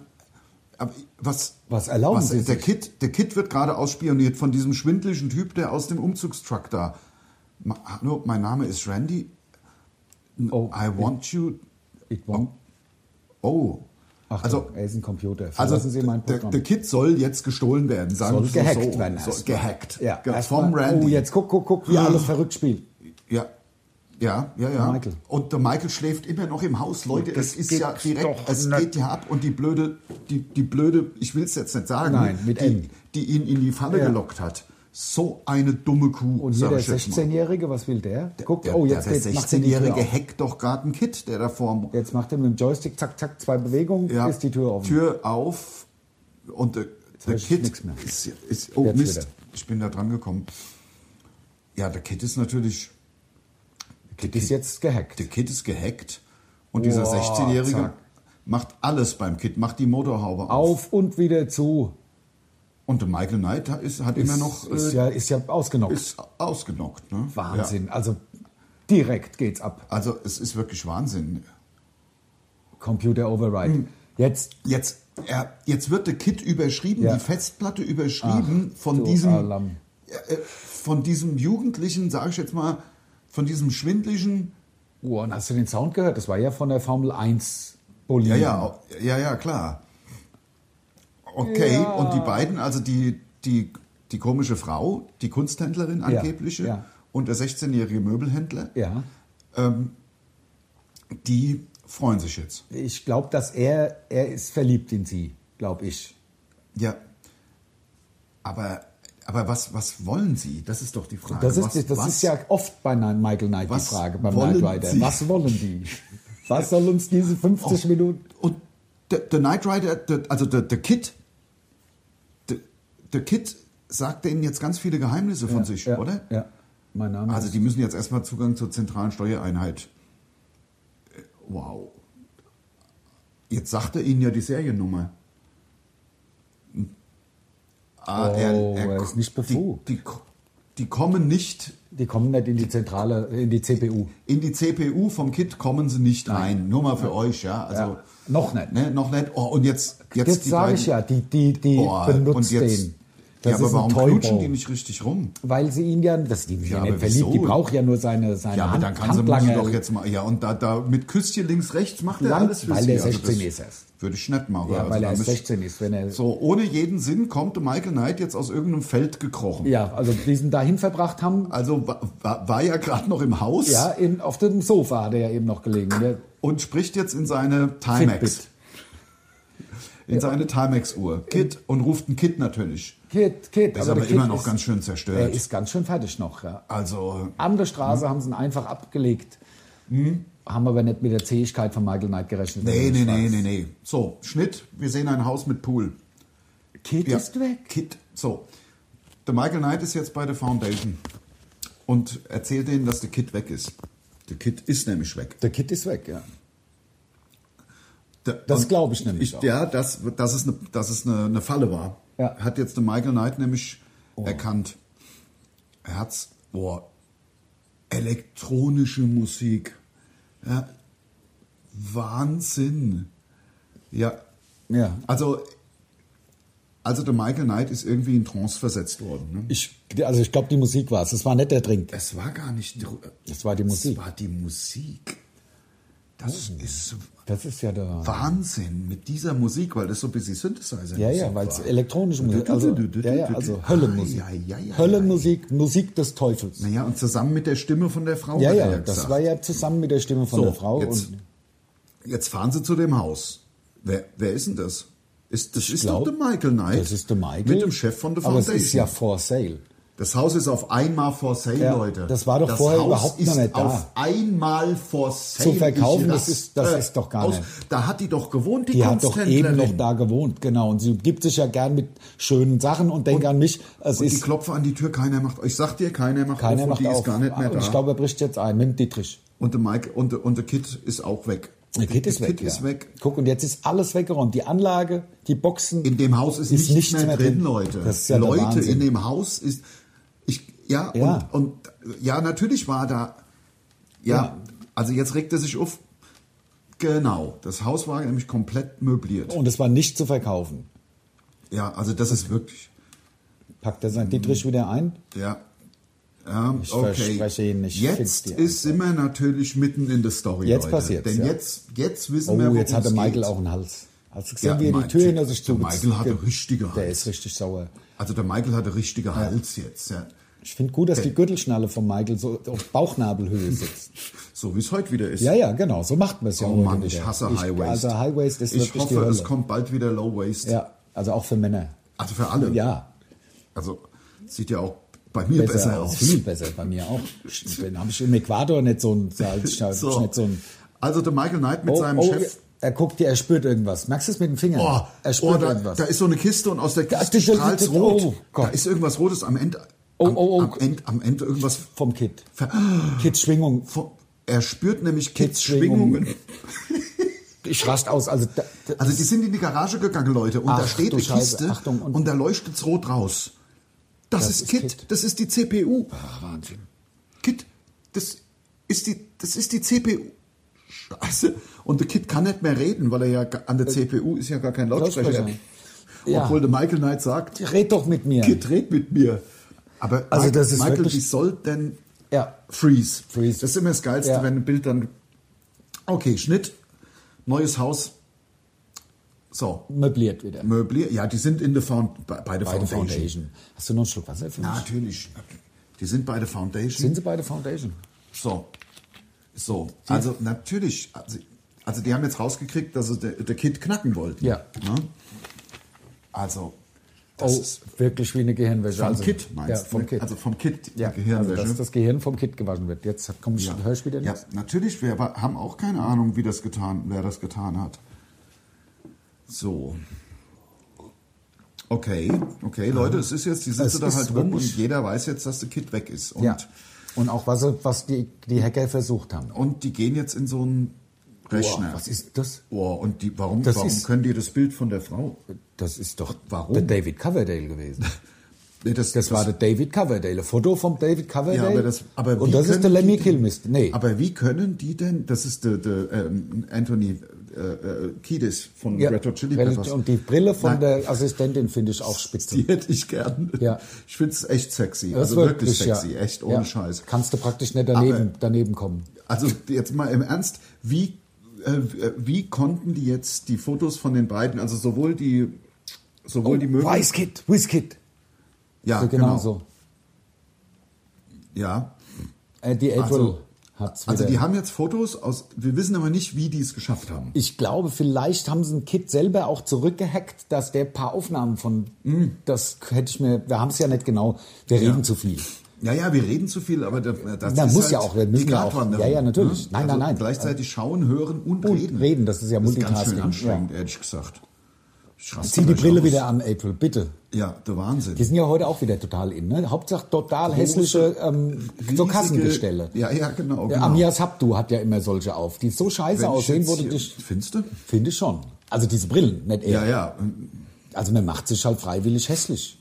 [SPEAKER 2] aber Was,
[SPEAKER 4] Was erlauben Sie
[SPEAKER 2] Der
[SPEAKER 4] sich?
[SPEAKER 2] Kid, der Kid wird gerade ausspioniert von diesem schwindlischen Typ, der aus dem Umzugstruck da. Ma- Hallo, mein Name ist Randy.
[SPEAKER 4] Oh,
[SPEAKER 2] I want you.
[SPEAKER 4] ich want.
[SPEAKER 2] Oh.
[SPEAKER 4] Ach,
[SPEAKER 2] also,
[SPEAKER 4] er ist ein Computer. Verlassen
[SPEAKER 2] also
[SPEAKER 4] Sie mein
[SPEAKER 2] der,
[SPEAKER 4] Programm.
[SPEAKER 2] der Kid soll jetzt gestohlen werden, sagen
[SPEAKER 4] soll
[SPEAKER 2] wir
[SPEAKER 4] gehackt
[SPEAKER 2] so.
[SPEAKER 4] werden.
[SPEAKER 2] Soll,
[SPEAKER 4] erstmal.
[SPEAKER 2] gehackt.
[SPEAKER 4] Ja,
[SPEAKER 2] Ge-
[SPEAKER 4] erstmal,
[SPEAKER 2] vom Randy.
[SPEAKER 4] Oh, jetzt guck, guck, guck, wie alles verrückt spielt.
[SPEAKER 2] Ja. Ja, ja, ja.
[SPEAKER 4] Michael.
[SPEAKER 2] Und der Michael schläft immer noch im Haus, Leute.
[SPEAKER 4] Das
[SPEAKER 2] Es ist
[SPEAKER 4] gibt's
[SPEAKER 2] ja direkt,
[SPEAKER 4] doch
[SPEAKER 2] es
[SPEAKER 4] nicht.
[SPEAKER 2] geht ja ab und die blöde, die, die blöde, ich will es jetzt nicht sagen,
[SPEAKER 4] Nein, mit
[SPEAKER 2] die,
[SPEAKER 4] N.
[SPEAKER 2] die ihn in die Falle
[SPEAKER 4] Ja.
[SPEAKER 2] gelockt hat. So eine dumme Kuh.
[SPEAKER 4] Und hier
[SPEAKER 2] sag
[SPEAKER 4] der
[SPEAKER 2] ich jetzt mal.
[SPEAKER 4] 16-Jährige, was will der? Guck,
[SPEAKER 2] Der,
[SPEAKER 4] oh, jetzt
[SPEAKER 2] der,
[SPEAKER 4] geht,
[SPEAKER 2] der
[SPEAKER 4] macht er die Tür
[SPEAKER 2] 16-jährige
[SPEAKER 4] auf.
[SPEAKER 2] hackt doch gerade einen Kid, der da vorm
[SPEAKER 4] Jetzt macht er mit dem Joystick, zack, zack, zwei Bewegungen,
[SPEAKER 2] ja,
[SPEAKER 4] ist die Tür offen.
[SPEAKER 2] Tür auf und der, der
[SPEAKER 4] weiß ich
[SPEAKER 2] Kid
[SPEAKER 4] nix mehr.
[SPEAKER 2] ist, ist oh
[SPEAKER 4] Jetzt
[SPEAKER 2] Mist,
[SPEAKER 4] wieder.
[SPEAKER 2] ich bin da dran gekommen. Ja, der Kid ist natürlich
[SPEAKER 4] Die ist jetzt gehackt.
[SPEAKER 2] Der Kid ist gehackt und dieser
[SPEAKER 4] Boah,
[SPEAKER 2] 16-Jährige
[SPEAKER 4] zack.
[SPEAKER 2] macht alles beim Kid, macht die Motorhaube auf.
[SPEAKER 4] Auf und wieder zu.
[SPEAKER 2] Und der Michael Knight hat- ist, hat immer noch
[SPEAKER 4] ist,
[SPEAKER 2] äh,
[SPEAKER 4] ja, ist ja ausgenockt.
[SPEAKER 2] ist ausgenockt. Ne?
[SPEAKER 4] Wahnsinn.
[SPEAKER 2] Ja.
[SPEAKER 4] Also direkt geht's ab.
[SPEAKER 2] Also es ist wirklich Wahnsinn.
[SPEAKER 4] Computer Override.
[SPEAKER 2] Hm.
[SPEAKER 4] Jetzt
[SPEAKER 2] Jetzt, er, jetzt wird der Kid überschrieben,
[SPEAKER 4] Ja.
[SPEAKER 2] die Festplatte überschrieben von
[SPEAKER 4] du
[SPEAKER 2] diesem
[SPEAKER 4] Alarm.
[SPEAKER 2] äh, von diesem Jugendlichen, sage ich jetzt mal, von diesem schwindlichen.
[SPEAKER 4] Oh, und hast du den Sound gehört? Das war ja von der Formel 1 Boliden.
[SPEAKER 2] Ja, ja, au- ja, ja, klar. Okay,
[SPEAKER 4] Hm. Ja.
[SPEAKER 2] und die beiden, also die, die, die komische Frau, die Kunsthändlerin angebliche
[SPEAKER 4] ja.
[SPEAKER 2] und der 16-jährige Möbelhändler,
[SPEAKER 4] Ja.
[SPEAKER 2] die freuen sich jetzt.
[SPEAKER 4] Ich glaube, dass er, er ist verliebt in sie, glaube ich.
[SPEAKER 2] Ja. Aber, aber was, was wollen sie? Das ist doch die Frage.
[SPEAKER 4] Das,
[SPEAKER 2] Also was,
[SPEAKER 4] ist, das
[SPEAKER 2] was,
[SPEAKER 4] ist ja oft bei Nein- Michael Knight die
[SPEAKER 2] Was
[SPEAKER 4] Frage, beim
[SPEAKER 2] wollen
[SPEAKER 4] Knight Rider.
[SPEAKER 2] Sie? Oh.
[SPEAKER 4] Was wollen die? Was soll uns diese 50 Minuten...
[SPEAKER 2] Und der, der Knight Rider, der, also der, der Kid, der, der Kid sagt denen jetzt ganz viele Geheimnisse von sich,
[SPEAKER 4] ja,
[SPEAKER 2] oder?
[SPEAKER 4] Ja, mein Name
[SPEAKER 2] Also
[SPEAKER 4] ist...
[SPEAKER 2] die müssen jetzt erstmal Zugang zur zentralen Steuereinheit. Äh, Wow. Jetzt sagt er ihnen ja die Seriennummer. Ah,
[SPEAKER 4] Oh, er ist nicht befugt.
[SPEAKER 2] Die, die, die kommen nicht
[SPEAKER 4] Die kommen nicht in die Zentrale, in die CPU.
[SPEAKER 2] in die CPU vom Kit kommen sie nicht rein. Nur mal für euch, ja. Also
[SPEAKER 4] Ja. Noch nicht.
[SPEAKER 2] Ne, noch nicht. Oh, und jetzt jetzt,
[SPEAKER 4] Jetzt
[SPEAKER 2] die
[SPEAKER 4] sage
[SPEAKER 2] beiden-
[SPEAKER 4] ich ja, die, die, die
[SPEAKER 2] Boah,
[SPEAKER 4] benutzt
[SPEAKER 2] und jetzt,
[SPEAKER 4] den.
[SPEAKER 2] Ja,
[SPEAKER 4] Das
[SPEAKER 2] aber
[SPEAKER 4] ist ein
[SPEAKER 2] warum
[SPEAKER 4] Toyboy.
[SPEAKER 2] knutschen die nicht richtig rum?
[SPEAKER 4] Weil sie ihn ja, das die ja,
[SPEAKER 2] Ja,
[SPEAKER 4] ja nicht
[SPEAKER 2] aber
[SPEAKER 4] verliebt, die
[SPEAKER 2] wieso?
[SPEAKER 4] braucht ja nur seine, seine
[SPEAKER 2] Ja, aber
[SPEAKER 4] Hand,
[SPEAKER 2] dann kann sie, muss sie
[SPEAKER 4] Handlanger.
[SPEAKER 2] doch jetzt mal. Ja, und da, da mit Küsschen links, rechts macht er
[SPEAKER 4] Lang-
[SPEAKER 2] alles für
[SPEAKER 4] weil
[SPEAKER 2] sie. Also
[SPEAKER 4] der 16
[SPEAKER 2] das
[SPEAKER 4] ist erst.
[SPEAKER 2] Würde ich nicht machen.
[SPEAKER 4] Ja,
[SPEAKER 2] Also
[SPEAKER 4] weil
[SPEAKER 2] da
[SPEAKER 4] er erst
[SPEAKER 2] müsst-
[SPEAKER 4] 16 ist, wenn er...
[SPEAKER 2] So, ohne jeden Sinn kommt Michael Knight jetzt aus irgendeinem Feld gekrochen.
[SPEAKER 4] Ja, also diesen dahin verbracht haben,
[SPEAKER 2] Also wa- wa- war ja gerade noch im Haus
[SPEAKER 4] ja, in, auf dem Sofa hat er ja eben noch gelegen. Der
[SPEAKER 2] und spricht jetzt in seine Timex.
[SPEAKER 4] Fitbit.
[SPEAKER 2] In seine Timex-Uhr. Kit und ruft einen Kit natürlich.
[SPEAKER 4] Kid, Kid.
[SPEAKER 2] Der ist
[SPEAKER 4] der
[SPEAKER 2] aber,
[SPEAKER 4] Kid
[SPEAKER 2] immer noch
[SPEAKER 4] ist-
[SPEAKER 2] ganz schön
[SPEAKER 4] Er
[SPEAKER 2] zerstört.
[SPEAKER 4] ist ganz schön fertig noch, ja.
[SPEAKER 2] also,
[SPEAKER 4] An der Straße haben sie ihn einfach abgelegt. Hm. Haben aber nicht mit der Zähigkeit von Michael Knight gerechnet.
[SPEAKER 2] nee, nee,
[SPEAKER 4] Ich
[SPEAKER 2] nee,
[SPEAKER 4] weiß.
[SPEAKER 2] nee, nee. So, Schnitt. Wir sehen ein Haus mit Pool.
[SPEAKER 4] Kid
[SPEAKER 2] Ja,
[SPEAKER 4] ist weg.
[SPEAKER 2] Kid. So. Der Michael Knight ist jetzt bei der Foundation und erzählt denen, dass der Kid weg ist. Der Kid ist nämlich weg.
[SPEAKER 4] Der Kid ist weg, ja.
[SPEAKER 2] Der-
[SPEAKER 4] Das
[SPEAKER 2] und
[SPEAKER 4] glaub ich nämlich auch.
[SPEAKER 2] Ja, dass, dass es, eine, dass es eine, eine Falle war,
[SPEAKER 4] Ja.
[SPEAKER 2] hat jetzt der Michael Knight nämlich erkannt. Er hat's, boah, elektronische Musik. Ja, Wahnsinn. Ja,
[SPEAKER 4] Ja.
[SPEAKER 2] also, also der Michael Knight ist irgendwie in Trance versetzt worden. Ne?
[SPEAKER 4] Ich, also ich glaube, die Musik war es. Es war nicht der Drink.
[SPEAKER 2] Es war gar nicht.
[SPEAKER 4] Es war die Musik. Oh.
[SPEAKER 2] Es war die Musik. Das ist
[SPEAKER 4] Das ist ja der...
[SPEAKER 2] Wahnsinn mit dieser Musik, weil das so ein bisschen Synthesizer
[SPEAKER 4] Ja, ja, weil es elektronische Musik also, ja, ja, also Höllenmusik.
[SPEAKER 2] Höllenmusik. Ah, Ja, ja, ja,
[SPEAKER 4] Höllenmusik, Musik des Teufels.
[SPEAKER 2] Naja, und zusammen mit der Stimme von der Frau.
[SPEAKER 4] Ja,
[SPEAKER 2] hat er
[SPEAKER 4] ja, das
[SPEAKER 2] gesagt.
[SPEAKER 4] war ja zusammen mit der Stimme von
[SPEAKER 2] So,
[SPEAKER 4] der Frau.
[SPEAKER 2] Jetzt,
[SPEAKER 4] Und
[SPEAKER 2] jetzt fahren sie zu dem Haus. Wer, wer ist denn das? Ist, das ist
[SPEAKER 4] glaub,
[SPEAKER 2] doch der Michael Knight.
[SPEAKER 4] Das ist der Michael.
[SPEAKER 2] Mit dem Chef von The
[SPEAKER 4] Aber
[SPEAKER 2] Foundation.
[SPEAKER 4] es ist ja for sale.
[SPEAKER 2] das Haus ist auf einmal for sale,
[SPEAKER 4] Ja,
[SPEAKER 2] Leute.
[SPEAKER 4] das war doch vorher
[SPEAKER 2] Haus
[SPEAKER 4] überhaupt noch
[SPEAKER 2] ist
[SPEAKER 4] nicht da.
[SPEAKER 2] Auf einmal for sale.
[SPEAKER 4] Zu verkaufen,
[SPEAKER 2] Ich
[SPEAKER 4] das ist- das
[SPEAKER 2] raste
[SPEAKER 4] ist doch gar
[SPEAKER 2] aus.
[SPEAKER 4] nicht.
[SPEAKER 2] Da hat die doch gewohnt, die,
[SPEAKER 4] Die hat doch eben noch
[SPEAKER 2] Kunsthändlerin.
[SPEAKER 4] da gewohnt, genau. Und sie gibt sich ja gern mit schönen Sachen und denkt an mich. Es
[SPEAKER 2] Und die
[SPEAKER 4] ist
[SPEAKER 2] klopfen an die Tür, keiner macht. Ich sag dir, keiner macht
[SPEAKER 4] keiner
[SPEAKER 2] auf und
[SPEAKER 4] macht
[SPEAKER 2] die
[SPEAKER 4] auf.
[SPEAKER 2] ist gar nicht mehr
[SPEAKER 4] Und
[SPEAKER 2] da.
[SPEAKER 4] ich glaube, er bricht jetzt ein mit dem Dietrich.
[SPEAKER 2] und der Mike und der, und der Kid ist auch weg.
[SPEAKER 4] Der Kit ist
[SPEAKER 2] Der
[SPEAKER 4] weg.
[SPEAKER 2] Kid
[SPEAKER 4] ja.
[SPEAKER 2] ist weg.
[SPEAKER 4] Guck, und jetzt ist alles weggeräumt. Die Anlage, die Boxen.
[SPEAKER 2] In dem Haus ist,
[SPEAKER 4] Ist
[SPEAKER 2] nichts,
[SPEAKER 4] nichts
[SPEAKER 2] mehr
[SPEAKER 4] mehr
[SPEAKER 2] drin,
[SPEAKER 4] drin.
[SPEAKER 2] Leute.
[SPEAKER 4] Das ist ja der
[SPEAKER 2] Leute,
[SPEAKER 4] Wahnsinn.
[SPEAKER 2] in dem Haus ist ich ja,
[SPEAKER 4] Ja.
[SPEAKER 2] Und, und ja, natürlich war da ja,
[SPEAKER 4] Ja.
[SPEAKER 2] also jetzt regt er sich auf. Genau, das Haus war nämlich komplett möbliert.
[SPEAKER 4] und es war nicht zu verkaufen.
[SPEAKER 2] Ja, also das ist wirklich
[SPEAKER 4] Packt er seinen Dietrich
[SPEAKER 2] Hm.
[SPEAKER 4] wieder ein?
[SPEAKER 2] ja. Ähm,
[SPEAKER 4] Ich
[SPEAKER 2] okay.
[SPEAKER 4] verspreche Ihnen, ich find's
[SPEAKER 2] jetzt
[SPEAKER 4] dir
[SPEAKER 2] ist immer natürlich mitten in der Story.
[SPEAKER 4] Jetzt
[SPEAKER 2] Leute.
[SPEAKER 4] passiert's,
[SPEAKER 2] Denn
[SPEAKER 4] ja.
[SPEAKER 2] jetzt, jetzt wissen
[SPEAKER 4] Oh,
[SPEAKER 2] wir,
[SPEAKER 4] jetzt hatte
[SPEAKER 2] worum's
[SPEAKER 4] Michael
[SPEAKER 2] geht.
[SPEAKER 4] auch einen Hals. Hast du gesehen, wie er
[SPEAKER 2] mein
[SPEAKER 4] die Tür
[SPEAKER 2] Typ,
[SPEAKER 4] hinter sich
[SPEAKER 2] der
[SPEAKER 4] zugezogen
[SPEAKER 2] Michael hatte richtige
[SPEAKER 4] Der
[SPEAKER 2] Hals.
[SPEAKER 4] ist richtig sauer.
[SPEAKER 2] Also der Michael hatte richtige Hals jetzt, ja.
[SPEAKER 4] Ich finde gut, dass die Gürtelschnalle von Michael so auf Bauchnabelhöhe sitzt.
[SPEAKER 2] So wie es heute wieder ist.
[SPEAKER 4] ja, ja, genau. So macht man es ja
[SPEAKER 2] Oh
[SPEAKER 4] heute
[SPEAKER 2] Mann,
[SPEAKER 4] wieder.
[SPEAKER 2] ich hasse High Waist.
[SPEAKER 4] Also High Waist ist
[SPEAKER 2] Ich
[SPEAKER 4] wirklich
[SPEAKER 2] hoffe,
[SPEAKER 4] die Hölle.
[SPEAKER 2] es kommt bald wieder Low Waist.
[SPEAKER 4] Ja, also auch für Männer.
[SPEAKER 2] Also für alle.
[SPEAKER 4] Ja,
[SPEAKER 2] Also sieht ja auch bei mir besser, aus.
[SPEAKER 4] Viel *laughs* besser bei mir auch. Dann habe ich im Äquator nicht so einen Salzschnitt, so.
[SPEAKER 2] *laughs* So.
[SPEAKER 4] nicht so einen
[SPEAKER 2] Also der Michael Knight mit
[SPEAKER 4] Oh,
[SPEAKER 2] seinem
[SPEAKER 4] oh,
[SPEAKER 2] Chef.
[SPEAKER 4] Er guckt dir, er spürt irgendwas. Merkst du es mit dem Finger?
[SPEAKER 2] Oh,
[SPEAKER 4] er spürt
[SPEAKER 2] oh, da,
[SPEAKER 4] irgendwas.
[SPEAKER 2] da ist so eine Kiste und aus der
[SPEAKER 4] Da-
[SPEAKER 2] Kiste
[SPEAKER 4] da- da-
[SPEAKER 2] strahlt
[SPEAKER 4] da-
[SPEAKER 2] rot.
[SPEAKER 4] oh Gott.
[SPEAKER 2] da ist irgendwas Rotes am Ende.
[SPEAKER 4] Oh,
[SPEAKER 2] am,
[SPEAKER 4] oh, oh.
[SPEAKER 2] Am, End, am Ende irgendwas.
[SPEAKER 4] vom Kid. *gasps*
[SPEAKER 2] Ver
[SPEAKER 4] Kids Schwingung.
[SPEAKER 2] vor- er spürt nämlich Kids
[SPEAKER 4] Kids Schwingungen.
[SPEAKER 2] Schwingungen.
[SPEAKER 4] Ich rast aus. Also, da, da,
[SPEAKER 2] Also die sind in die Garage gegangen, Leute, und da
[SPEAKER 4] Ach,
[SPEAKER 2] steht
[SPEAKER 4] du
[SPEAKER 2] eine
[SPEAKER 4] Scheiße.
[SPEAKER 2] Kiste
[SPEAKER 4] Achtung,
[SPEAKER 2] und,
[SPEAKER 4] und-
[SPEAKER 2] da leuchtet's rot raus. Das, ist Kit, das ist die CPU.
[SPEAKER 4] Wahnsinn.
[SPEAKER 2] Kit, das ist die, das ist die CPU. Scheiße. Und der Kit kann nicht mehr reden, weil er ja ga- an der CPU ist ja gar kein Lautsprecher.
[SPEAKER 4] Äh, Lautsprecher. Ja.
[SPEAKER 2] Obwohl der Michael Knight sagt,
[SPEAKER 4] Red doch mit mir.
[SPEAKER 2] Kit, red mit mir. Aber
[SPEAKER 4] Also
[SPEAKER 2] Michael,
[SPEAKER 4] das ist
[SPEAKER 2] Michael,
[SPEAKER 4] wirklich-
[SPEAKER 2] wie soll denn
[SPEAKER 4] Ja.
[SPEAKER 2] Freeze.
[SPEAKER 4] Freeze.
[SPEAKER 2] Das ist immer das Geilste,
[SPEAKER 4] Ja.
[SPEAKER 2] wenn ein Bild dann. Okay, Schnitt, neues Haus. So,
[SPEAKER 4] Möbliert wieder.
[SPEAKER 2] Möblier, ja, die sind in der Found bei, bei der
[SPEAKER 4] Beide
[SPEAKER 2] Foundation.
[SPEAKER 4] Foundation. Hast du noch einen Schluck Wasser für mich?
[SPEAKER 2] Natürlich. Die sind bei der Foundation.
[SPEAKER 4] Sind sie beide Foundation?
[SPEAKER 2] So. So. Also natürlich. Also, also die haben jetzt rausgekriegt, dass sie der, der Kid knacken wollten.
[SPEAKER 4] Ja.
[SPEAKER 2] Ne? Also. Das
[SPEAKER 4] Oh,
[SPEAKER 2] ist
[SPEAKER 4] wirklich wie eine Gehirnwäsche.
[SPEAKER 2] vom
[SPEAKER 4] also,
[SPEAKER 2] Kid, meinst
[SPEAKER 4] ja,
[SPEAKER 2] du?
[SPEAKER 4] vom Kid.
[SPEAKER 2] Also vom Kid,
[SPEAKER 4] ja,
[SPEAKER 2] die Gehirnwäsche.
[SPEAKER 4] Also, dass das Gehirn vom Kid gewaschen wird. Jetzt komm ich, hör ich wieder
[SPEAKER 2] ja,
[SPEAKER 4] nichts.
[SPEAKER 2] natürlich. Wir aber haben auch keine Ahnung, wie das getan, wer das getan hat. So. Okay, okay, Leute, es ist jetzt, die sitzen
[SPEAKER 4] Es
[SPEAKER 2] da
[SPEAKER 4] ist
[SPEAKER 2] halt rum
[SPEAKER 4] wirklich-
[SPEAKER 2] und jeder weiß jetzt, dass der Kid weg ist. Und,
[SPEAKER 4] ja. und auch was, sie- was die, die Hacker versucht haben.
[SPEAKER 2] und die gehen jetzt in so einen Rechner.
[SPEAKER 4] Boah, was ist das?
[SPEAKER 2] Boah, Oh, und die, warum,
[SPEAKER 4] Das
[SPEAKER 2] warum
[SPEAKER 4] ist-
[SPEAKER 2] können die das Bild von der Frau?
[SPEAKER 4] Das ist doch
[SPEAKER 2] Warum?
[SPEAKER 4] der David Coverdale gewesen.
[SPEAKER 2] Nee,
[SPEAKER 4] Das war der David Coverdale. Ein Foto vom David Coverdale.
[SPEAKER 2] Ja, aber das- aber wie
[SPEAKER 4] und das
[SPEAKER 2] können
[SPEAKER 4] ist der Lemmy
[SPEAKER 2] die-
[SPEAKER 4] Kilmist. Nee,
[SPEAKER 2] Aber wie können die denn, das ist der, der ähm, Anthony äh, äh, Kiedis von
[SPEAKER 4] Ja.
[SPEAKER 2] Red Hot Chili
[SPEAKER 4] Weil-
[SPEAKER 2] Peppers.
[SPEAKER 4] Und die Brille von
[SPEAKER 2] Nein.
[SPEAKER 4] der Assistentin finde ich auch spitze.
[SPEAKER 2] Die hätte ich gern.
[SPEAKER 4] Ja.
[SPEAKER 2] Ich finde es echt sexy.
[SPEAKER 4] Das
[SPEAKER 2] also
[SPEAKER 4] ist
[SPEAKER 2] wirklich, sexy.
[SPEAKER 4] ja.
[SPEAKER 2] Echt ohne
[SPEAKER 4] Ja.
[SPEAKER 2] Scheiß.
[SPEAKER 4] Kannst du praktisch nicht daneben,
[SPEAKER 2] Aber-
[SPEAKER 4] daneben kommen.
[SPEAKER 2] Also jetzt mal im Ernst, wie, äh, wie konnten die jetzt die Fotos von den beiden, also sowohl die sowohl die Möbel.
[SPEAKER 4] Wizkid, Wizkid.
[SPEAKER 2] Ja,
[SPEAKER 4] so, Oh, genau,
[SPEAKER 2] genau.
[SPEAKER 4] so.
[SPEAKER 2] Ja.
[SPEAKER 4] Äh, die April
[SPEAKER 2] Also-
[SPEAKER 4] hat's
[SPEAKER 2] Also
[SPEAKER 4] wieder.
[SPEAKER 2] die haben jetzt Fotos aus, wir wissen aber nicht, wie die es geschafft haben.
[SPEAKER 4] ich glaube, vielleicht haben sie einen Kid selber auch zurückgehackt, dass der paar Aufnahmen von, das hätte ich mir, wir haben es ja nicht genau, wir
[SPEAKER 2] Mhm. Ja.
[SPEAKER 4] reden zu viel.
[SPEAKER 2] Ja, ja, wir reden zu viel, aber da- das
[SPEAKER 4] Na,
[SPEAKER 2] ist
[SPEAKER 4] muss
[SPEAKER 2] halt
[SPEAKER 4] ja auch, wir müssen
[SPEAKER 2] die
[SPEAKER 4] ja auch.
[SPEAKER 2] Gratwanderung,
[SPEAKER 4] Ja, ja, natürlich.
[SPEAKER 2] ne?
[SPEAKER 4] Nein, nein, nein.
[SPEAKER 2] Gleichzeitig schauen, hören und,
[SPEAKER 4] Und
[SPEAKER 2] reden.
[SPEAKER 4] reden, das ist ja
[SPEAKER 2] ist ganz schön
[SPEAKER 4] Multitasking,
[SPEAKER 2] anstrengend,
[SPEAKER 4] ja.
[SPEAKER 2] ehrlich gesagt. Ich raste
[SPEAKER 4] Zieh die
[SPEAKER 2] gleich
[SPEAKER 4] Brille
[SPEAKER 2] aus.
[SPEAKER 4] wieder an, April, bitte.
[SPEAKER 2] Ja, der Wahnsinn.
[SPEAKER 4] Die sind ja heute auch wieder total in, ne? Hauptsache total hässliche ähm, so
[SPEAKER 2] Riesige-
[SPEAKER 4] Kassengestelle.
[SPEAKER 2] Ja, ja, genau.
[SPEAKER 4] Ja,
[SPEAKER 2] genau.
[SPEAKER 4] Amias Habdu hat ja immer solche auf, die so scheiße
[SPEAKER 2] Wenn ich
[SPEAKER 4] aussehen,
[SPEAKER 2] jetzt
[SPEAKER 4] wurde
[SPEAKER 2] hier-
[SPEAKER 4] dich.
[SPEAKER 2] Findest du?
[SPEAKER 4] Finde ich schon. Also diese Brillen, nicht
[SPEAKER 2] Ja,
[SPEAKER 4] er.
[SPEAKER 2] ja.
[SPEAKER 4] Also man macht sich halt freiwillig hässlich.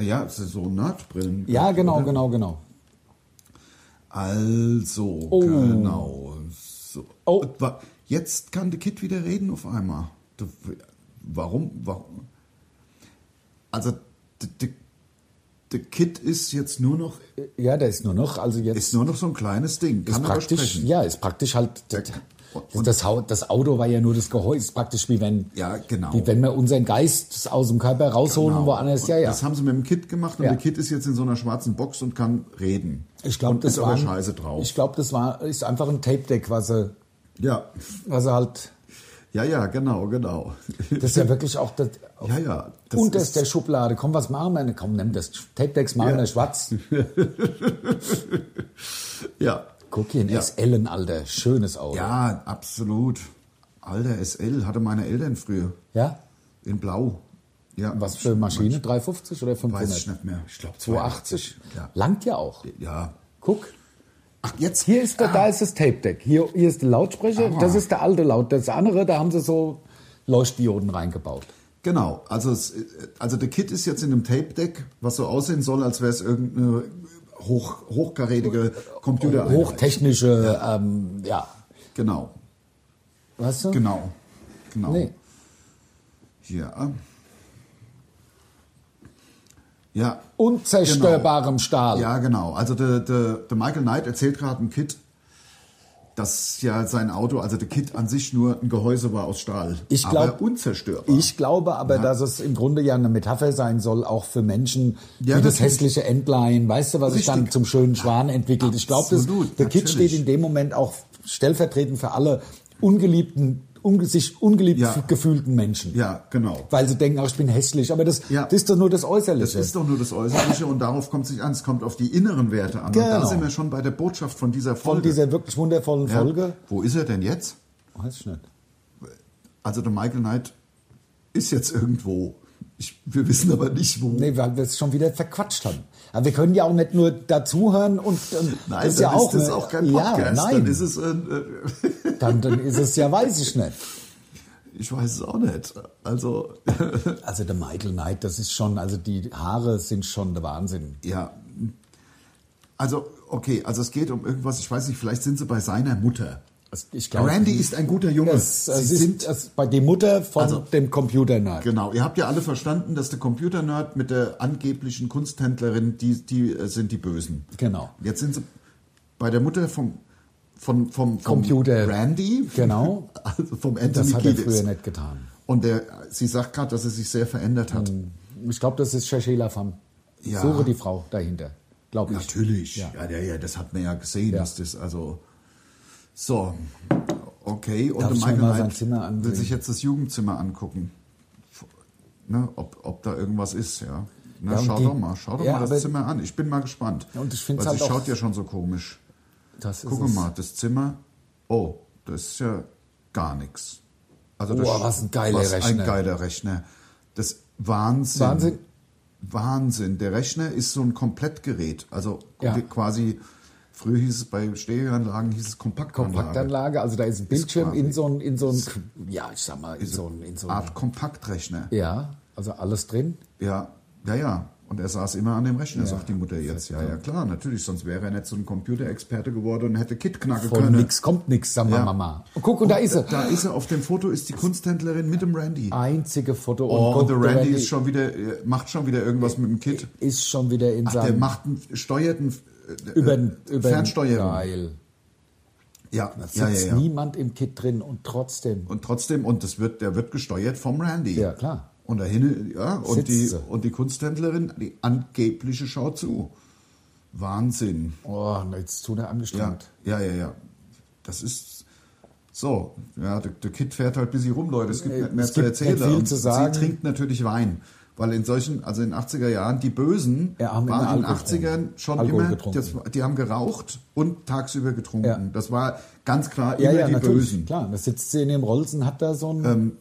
[SPEAKER 2] Ja, es ist so Nahtbrillen.
[SPEAKER 4] Ja, genau,
[SPEAKER 2] oder?
[SPEAKER 4] genau, genau.
[SPEAKER 2] Also, genau. So.
[SPEAKER 4] Oh.
[SPEAKER 2] Wa- Jetzt kann der Kid wieder reden auf einmal. Du- Warum? Warum? Also, der- der der Kid ist jetzt nur noch,
[SPEAKER 4] Ja, der ist nur noch, also jetzt
[SPEAKER 2] ist nur noch so ein kleines Ding. Kann
[SPEAKER 4] ist
[SPEAKER 2] aber
[SPEAKER 4] praktisch,
[SPEAKER 2] sprechen.
[SPEAKER 4] ja, ist praktisch halt, das,
[SPEAKER 2] Und-
[SPEAKER 4] das, Hau- das Auto war ja nur das Gehäuse, ist praktisch wie wenn,
[SPEAKER 2] Ja, genau.
[SPEAKER 4] wie wenn wir unseren Geist aus dem Körper rausholen und woanders,
[SPEAKER 2] Und
[SPEAKER 4] ja, ja.
[SPEAKER 2] Das haben sie mit dem Kid gemacht und
[SPEAKER 4] Ja.
[SPEAKER 2] der Kid ist jetzt in so einer schwarzen Box und kann reden.
[SPEAKER 4] Ich glaube,
[SPEAKER 2] Und
[SPEAKER 4] das
[SPEAKER 2] ist
[SPEAKER 4] war,
[SPEAKER 2] aber
[SPEAKER 4] ein-
[SPEAKER 2] scheiße drauf.
[SPEAKER 4] ich glaube, das war, ist einfach ein Tape Deck, was er,
[SPEAKER 2] ja,
[SPEAKER 4] was er halt
[SPEAKER 2] Ja, ja, genau, genau.
[SPEAKER 4] Das ist ja wirklich auch das.
[SPEAKER 2] Ja, ja.
[SPEAKER 4] Das und das ist der Schublade. Komm, was machen wir? denn? Komm, nimm das Tape-Decks, machen
[SPEAKER 2] Ja.
[SPEAKER 4] wir schwarz.
[SPEAKER 2] ja.
[SPEAKER 4] Guck hier, ein
[SPEAKER 2] Ja.
[SPEAKER 4] SL, Alter. Schönes Auto.
[SPEAKER 2] ja, absolut. Alter, SL hatte meine Eltern früher.
[SPEAKER 4] ja?
[SPEAKER 2] In Blau. Ja.
[SPEAKER 4] Was für Maschine? 350 oder 500?
[SPEAKER 2] Weiß ich nicht mehr. Ich glaube
[SPEAKER 4] 280.
[SPEAKER 2] Ja.
[SPEAKER 4] Langt ja auch.
[SPEAKER 2] ja.
[SPEAKER 4] Guck.
[SPEAKER 2] Ach, jetzt?
[SPEAKER 4] Hier ist der, da ist das Tape Deck. Hier, hier ist der Lautsprecher.
[SPEAKER 2] Ah.
[SPEAKER 4] Das ist der alte Laut. Das andere, da haben sie so Leuchtdioden reingebaut.
[SPEAKER 2] Genau. Also, es, also der Kit ist jetzt in einem Tape-Deck, was so aussehen soll, als wäre es irgendeine hoch, hochkarätige computer
[SPEAKER 4] Hochtechnische, ähm, ja.
[SPEAKER 2] Genau.
[SPEAKER 4] Weißt du?
[SPEAKER 2] Genau. Genau.
[SPEAKER 4] Nee.
[SPEAKER 2] Ja. Ja.
[SPEAKER 4] Und zerstörbarem Stahl.
[SPEAKER 2] Ja, genau. Also der, der, der Michael Knight erzählt gerade dem Kid, dass ja sein Auto, also der Kid an sich nur ein Gehäuse war aus Stahl.
[SPEAKER 4] Ich glaub-
[SPEAKER 2] aber unzerstörbar.
[SPEAKER 4] Ich glaube aber, dass es im Grunde ja eine Metapher sein soll, auch für Menschen,
[SPEAKER 2] Ja,
[SPEAKER 4] wie das
[SPEAKER 2] natürlich.
[SPEAKER 4] hässliche Entlein, weißt du, was sich dann
[SPEAKER 2] Richtig.
[SPEAKER 4] zum schönen Schwan entwickelt. Ich glaube,
[SPEAKER 2] Absolut,
[SPEAKER 4] der Kid
[SPEAKER 2] natürlich.
[SPEAKER 4] steht in dem Moment auch stellvertretend für alle ungeliebten, unge sich ungeliebt
[SPEAKER 2] Ja.
[SPEAKER 4] gefühlten Menschen.
[SPEAKER 2] ja, genau.
[SPEAKER 4] Weil sie denken, ach, ich bin hässlich. Aber das,
[SPEAKER 2] Ja.
[SPEAKER 4] das ist doch nur das Äußerliche.
[SPEAKER 2] Das ist doch nur das Äußerliche und darauf kommt es nicht an. Es kommt auf die inneren Werte an. Und da
[SPEAKER 4] Genau.
[SPEAKER 2] sind wir schon bei der Botschaft von dieser Folge.
[SPEAKER 4] Von dieser wirklich wundervollen
[SPEAKER 2] Ja.
[SPEAKER 4] Folge.
[SPEAKER 2] Wo ist er denn jetzt?
[SPEAKER 4] Weiß ich nicht.
[SPEAKER 2] Also der Michael Knight ist jetzt irgendwo. Ich, wir wissen aber nicht, wo.
[SPEAKER 4] Nee, weil wir es schon wieder verquatscht haben. Aber wir können ja auch nicht nur dazuhören und, und
[SPEAKER 2] Nein,
[SPEAKER 4] das ist
[SPEAKER 2] dann
[SPEAKER 4] ja auch,
[SPEAKER 2] ist das
[SPEAKER 4] ne-
[SPEAKER 2] auch kein Podcast.
[SPEAKER 4] Ja, nein.
[SPEAKER 2] Dann ist es, äh, äh, *laughs*
[SPEAKER 4] dann, dann ist es ja, weiß ich nicht.
[SPEAKER 2] ich weiß es auch nicht. Also
[SPEAKER 4] Also der Michael Knight, das ist schon, also die Haare sind schon der Wahnsinn.
[SPEAKER 2] Ja. Also, okay, also es geht um irgendwas, ich weiß nicht, vielleicht sind sie bei seiner Mutter.
[SPEAKER 4] Also Ich also
[SPEAKER 2] Randy ist ein guter Junge.
[SPEAKER 4] es, es
[SPEAKER 2] sie
[SPEAKER 4] ist
[SPEAKER 2] sind,
[SPEAKER 4] es, bei der Mutter von
[SPEAKER 2] Also-
[SPEAKER 4] dem Computer Knight.
[SPEAKER 2] genau, ihr habt ja alle verstanden, dass der Computer-Nerd mit der angeblichen Kunsthändlerin, die, die äh, sind die Bösen.
[SPEAKER 4] Genau.
[SPEAKER 2] Jetzt sind sie bei der Mutter vom, vom, vom, vom
[SPEAKER 4] Computer.
[SPEAKER 2] Randy.
[SPEAKER 4] Genau.
[SPEAKER 2] *laughs* Also vom Anthony
[SPEAKER 4] Das hat er früher
[SPEAKER 2] Kiedis.
[SPEAKER 4] nicht getan.
[SPEAKER 2] Und der, sie sagt gerade, dass er sich sehr verändert
[SPEAKER 4] Mhm.
[SPEAKER 2] hat.
[SPEAKER 4] Ich glaube, das ist Shashela Pham.
[SPEAKER 2] Ja.
[SPEAKER 4] Suche die Frau dahinter. Glaub ich.
[SPEAKER 2] Natürlich.
[SPEAKER 4] Ja.
[SPEAKER 2] Ja. Ja, ja, das hat man ja gesehen,
[SPEAKER 4] Ja.
[SPEAKER 2] dass das also. So, okay. Und
[SPEAKER 4] Darf
[SPEAKER 2] der
[SPEAKER 4] ich mir mal
[SPEAKER 2] Michael
[SPEAKER 4] sein
[SPEAKER 2] Knight
[SPEAKER 4] Zimmer ansehen?
[SPEAKER 2] will sich jetzt das Jugendzimmer angucken. Ne, ob, ob da irgendwas ist, ja. Ne,
[SPEAKER 4] Ja, und
[SPEAKER 2] schau
[SPEAKER 4] die-
[SPEAKER 2] doch mal, schau doch
[SPEAKER 4] ja,
[SPEAKER 2] mal
[SPEAKER 4] aber-
[SPEAKER 2] das Zimmer an. Ich bin mal gespannt.
[SPEAKER 4] Ja, und ich find's
[SPEAKER 2] Weil
[SPEAKER 4] halt
[SPEAKER 2] sie
[SPEAKER 4] auch-
[SPEAKER 2] schaut ja schon so komisch.
[SPEAKER 4] Das ist
[SPEAKER 2] Guck
[SPEAKER 4] es.
[SPEAKER 2] mal, das Zimmer. Oh, das ist ja gar nichts. Also
[SPEAKER 4] Oh, was ein geiler
[SPEAKER 2] was Ein
[SPEAKER 4] Rechner.
[SPEAKER 2] geiler Rechner. Das Wahnsinn.
[SPEAKER 4] Wahnsinn.
[SPEAKER 2] Wahnsinn. Der Rechner ist so ein Komplettgerät. Also
[SPEAKER 4] Ja.
[SPEAKER 2] quasi, früher hieß es bei Stereoanlagen, hieß es Kompaktanlage.
[SPEAKER 4] Kompaktanlage, also da ist ein Bildschirm
[SPEAKER 2] quasi- Ah.
[SPEAKER 4] in so ein, in so ein, ja, ich sag mal, in so ein, in so ein,
[SPEAKER 2] Art Kompaktrechner.
[SPEAKER 4] ja, also alles drin.
[SPEAKER 2] Ja, ja, ja. Und er saß immer an dem Rechner, sagt die Mutter jetzt. Ja, ja, klar, natürlich. Sonst wäre er nicht so ein Computerexperte geworden und hätte Kit knacken
[SPEAKER 4] Von
[SPEAKER 2] können.
[SPEAKER 4] nix kommt nix, sag mal
[SPEAKER 2] Ja. äh,
[SPEAKER 4] Mama. Und guck, und da ist sie.
[SPEAKER 2] Da ist er auf dem Foto, ist die Kunsthändlerin mit dem Randy.
[SPEAKER 4] Einzige Foto.
[SPEAKER 2] Oh,
[SPEAKER 4] guck,
[SPEAKER 2] und der Randy, ist schon wieder, äh, macht schon wieder irgendwas mit dem Kid.
[SPEAKER 4] ist schon wieder in
[SPEAKER 2] Der
[SPEAKER 4] seinem
[SPEAKER 2] macht einen, steuert einen, äh,
[SPEAKER 4] über,
[SPEAKER 2] äh,
[SPEAKER 4] über
[SPEAKER 2] Fernsteuerung.
[SPEAKER 4] Geil.
[SPEAKER 2] Ja, ja,
[SPEAKER 4] Sitzt
[SPEAKER 2] ja, ja.
[SPEAKER 4] niemand im Kit drin und trotzdem.
[SPEAKER 2] Und trotzdem, und das wird, der wird gesteuert vom Randy.
[SPEAKER 4] Ja, klar.
[SPEAKER 2] Und dahin, ja, und
[SPEAKER 4] Sitzt
[SPEAKER 2] die,
[SPEAKER 4] sie.
[SPEAKER 2] und die Kunsthändlerin, die angebliche schaut zu. Wahnsinn.
[SPEAKER 4] Oh, na, jetzt tut er
[SPEAKER 2] Ja,
[SPEAKER 4] angestrengt.
[SPEAKER 2] ja, ja, ja. Das ist so. Ja, der, der Kid fährt halt ein bisschen rum, Leute. Es gibt
[SPEAKER 4] Nee,
[SPEAKER 2] nicht mehr
[SPEAKER 4] Äh, es
[SPEAKER 2] zu
[SPEAKER 4] gibt
[SPEAKER 2] erzählen.
[SPEAKER 4] nicht viel
[SPEAKER 2] Und
[SPEAKER 4] zu sagen.
[SPEAKER 2] Sie trinkt natürlich Wein. Weil in solchen, also in den 80er Jahren, die Bösen
[SPEAKER 4] Ja, haben immer
[SPEAKER 2] waren in den
[SPEAKER 4] Alkohol
[SPEAKER 2] 80ern
[SPEAKER 4] getrunken.
[SPEAKER 2] schon
[SPEAKER 4] Alkohol
[SPEAKER 2] immer,
[SPEAKER 4] getrunken.
[SPEAKER 2] das, die haben geraucht und tagsüber getrunken.
[SPEAKER 4] Ja.
[SPEAKER 2] Das war ganz klar
[SPEAKER 4] Ja,
[SPEAKER 2] immer
[SPEAKER 4] ja,
[SPEAKER 2] die
[SPEAKER 4] natürlich.
[SPEAKER 2] Bösen. Ähm,
[SPEAKER 4] Klar, da sitzt sie in dem Rolsen, hat da so ein.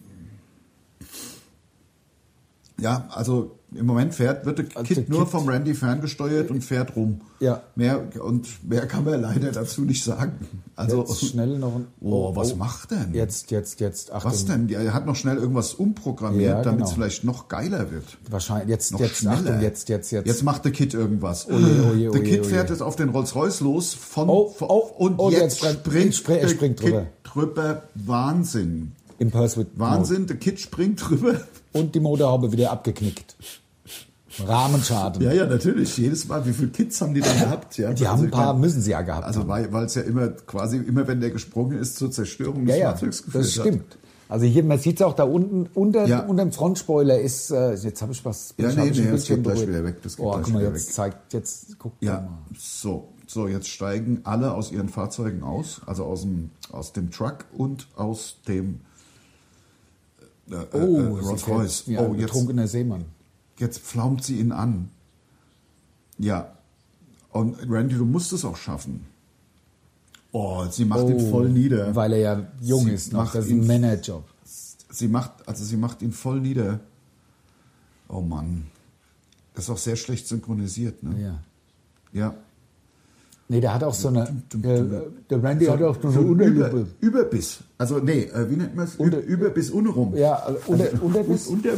[SPEAKER 2] Ja, also im Moment fährt, wird der
[SPEAKER 4] Also
[SPEAKER 2] Kid
[SPEAKER 4] der
[SPEAKER 2] nur
[SPEAKER 4] Kid-
[SPEAKER 2] vom Randy ferngesteuert und fährt rum.
[SPEAKER 4] Ja.
[SPEAKER 2] Mehr, und mehr kann man leider dazu nicht sagen. Also,
[SPEAKER 4] jetzt schnell noch ein.
[SPEAKER 2] oh, was macht denn?
[SPEAKER 4] Jetzt, jetzt, jetzt. Ach,
[SPEAKER 2] Was
[SPEAKER 4] den-
[SPEAKER 2] denn? Ja, Er hat noch schnell irgendwas umprogrammiert,
[SPEAKER 4] Ja,
[SPEAKER 2] damit es
[SPEAKER 4] genau.
[SPEAKER 2] vielleicht noch geiler wird.
[SPEAKER 4] Wahrscheinlich. Jetzt,
[SPEAKER 2] Noch
[SPEAKER 4] jetzt,
[SPEAKER 2] schneller.
[SPEAKER 4] Achtung, jetzt, jetzt, Oh jetzt.
[SPEAKER 2] Jetzt macht der Kid irgendwas.
[SPEAKER 4] Oje, oje,
[SPEAKER 2] der
[SPEAKER 4] oje,
[SPEAKER 2] Kid
[SPEAKER 4] oje.
[SPEAKER 2] fährt jetzt auf den Rolls-Royce los von,
[SPEAKER 4] Oh,
[SPEAKER 2] von-
[SPEAKER 4] oh,
[SPEAKER 2] und
[SPEAKER 4] oh,
[SPEAKER 2] jetzt,
[SPEAKER 4] jetzt brennt-
[SPEAKER 2] springt,
[SPEAKER 4] springt- er
[SPEAKER 2] der
[SPEAKER 4] springt
[SPEAKER 2] Kid
[SPEAKER 4] drüber.
[SPEAKER 2] drüber. Wahnsinn.
[SPEAKER 4] Im Pursuit.
[SPEAKER 2] Wahnsinn, der Kid springt drüber. *laughs*
[SPEAKER 4] Und die Motorhaube wieder abgeknickt. Rahmenschaden.
[SPEAKER 2] Ja, ja, natürlich. Jedes Mal, wie viele Kids haben die dann gehabt? Ja, also
[SPEAKER 4] Die haben ein
[SPEAKER 2] ich
[SPEAKER 4] paar,
[SPEAKER 2] mein,
[SPEAKER 4] müssen sie ja gehabt
[SPEAKER 2] Also weil weil es ja immer quasi immer wenn der gesprungen ist zur Zerstörung
[SPEAKER 4] Ja,
[SPEAKER 2] des
[SPEAKER 4] ja,
[SPEAKER 2] Fahrzeugs geführt
[SPEAKER 4] das stimmt. Also hier, man sieht es auch da unten, unter,
[SPEAKER 2] Ja.
[SPEAKER 4] unter dem Frontspoiler ist, äh, jetzt habe ich was,
[SPEAKER 2] Ja,
[SPEAKER 4] ich-
[SPEAKER 2] nee,
[SPEAKER 4] hab ich
[SPEAKER 2] nee,
[SPEAKER 4] ein
[SPEAKER 2] das
[SPEAKER 4] bisschen
[SPEAKER 2] geht gleich
[SPEAKER 4] berührt.
[SPEAKER 2] wieder weg, das geht
[SPEAKER 4] oh,
[SPEAKER 2] gleich
[SPEAKER 4] guck mal,
[SPEAKER 2] wieder
[SPEAKER 4] jetzt
[SPEAKER 2] weg.
[SPEAKER 4] zeigt, jetzt guck
[SPEAKER 2] hat.
[SPEAKER 4] doch
[SPEAKER 2] Ja,
[SPEAKER 4] mal.
[SPEAKER 2] so so jetzt steigen alle aus ihren Fahrzeugen aus, also aus dem aus dem Truck und aus dem äh, äh,
[SPEAKER 4] Oh,
[SPEAKER 2] äh,
[SPEAKER 4] sie
[SPEAKER 2] Rolls
[SPEAKER 4] fährt-
[SPEAKER 2] Royce.
[SPEAKER 4] Ja,
[SPEAKER 2] oh, jetzt,
[SPEAKER 4] betrunkener Seemann.
[SPEAKER 2] jetzt pflaumt sie ihn an. Ja. Und Randy, du musst es auch schaffen. Oh, sie macht ihn voll nieder.
[SPEAKER 4] Weil er ja jung
[SPEAKER 2] Sie
[SPEAKER 4] ist noch.
[SPEAKER 2] macht
[SPEAKER 4] Das ist ein
[SPEAKER 2] ihn-
[SPEAKER 4] Männerjob.
[SPEAKER 2] sie macht, also sie macht ihn voll nieder. Oh Mann. Das ist auch sehr schlecht synchronisiert, ne?
[SPEAKER 4] Ja.
[SPEAKER 2] Ja.
[SPEAKER 4] Nee, der hat auch so eine.
[SPEAKER 2] dum,
[SPEAKER 4] Der,
[SPEAKER 2] dum.
[SPEAKER 4] der Randy hat auch so eine Unterlippe.
[SPEAKER 2] Über, Überbiss. Also, nee, äh, wie nennt man es? Unter, Überbiss unrum.
[SPEAKER 4] Ja, also unter, Unterbiss.
[SPEAKER 2] Un- unter,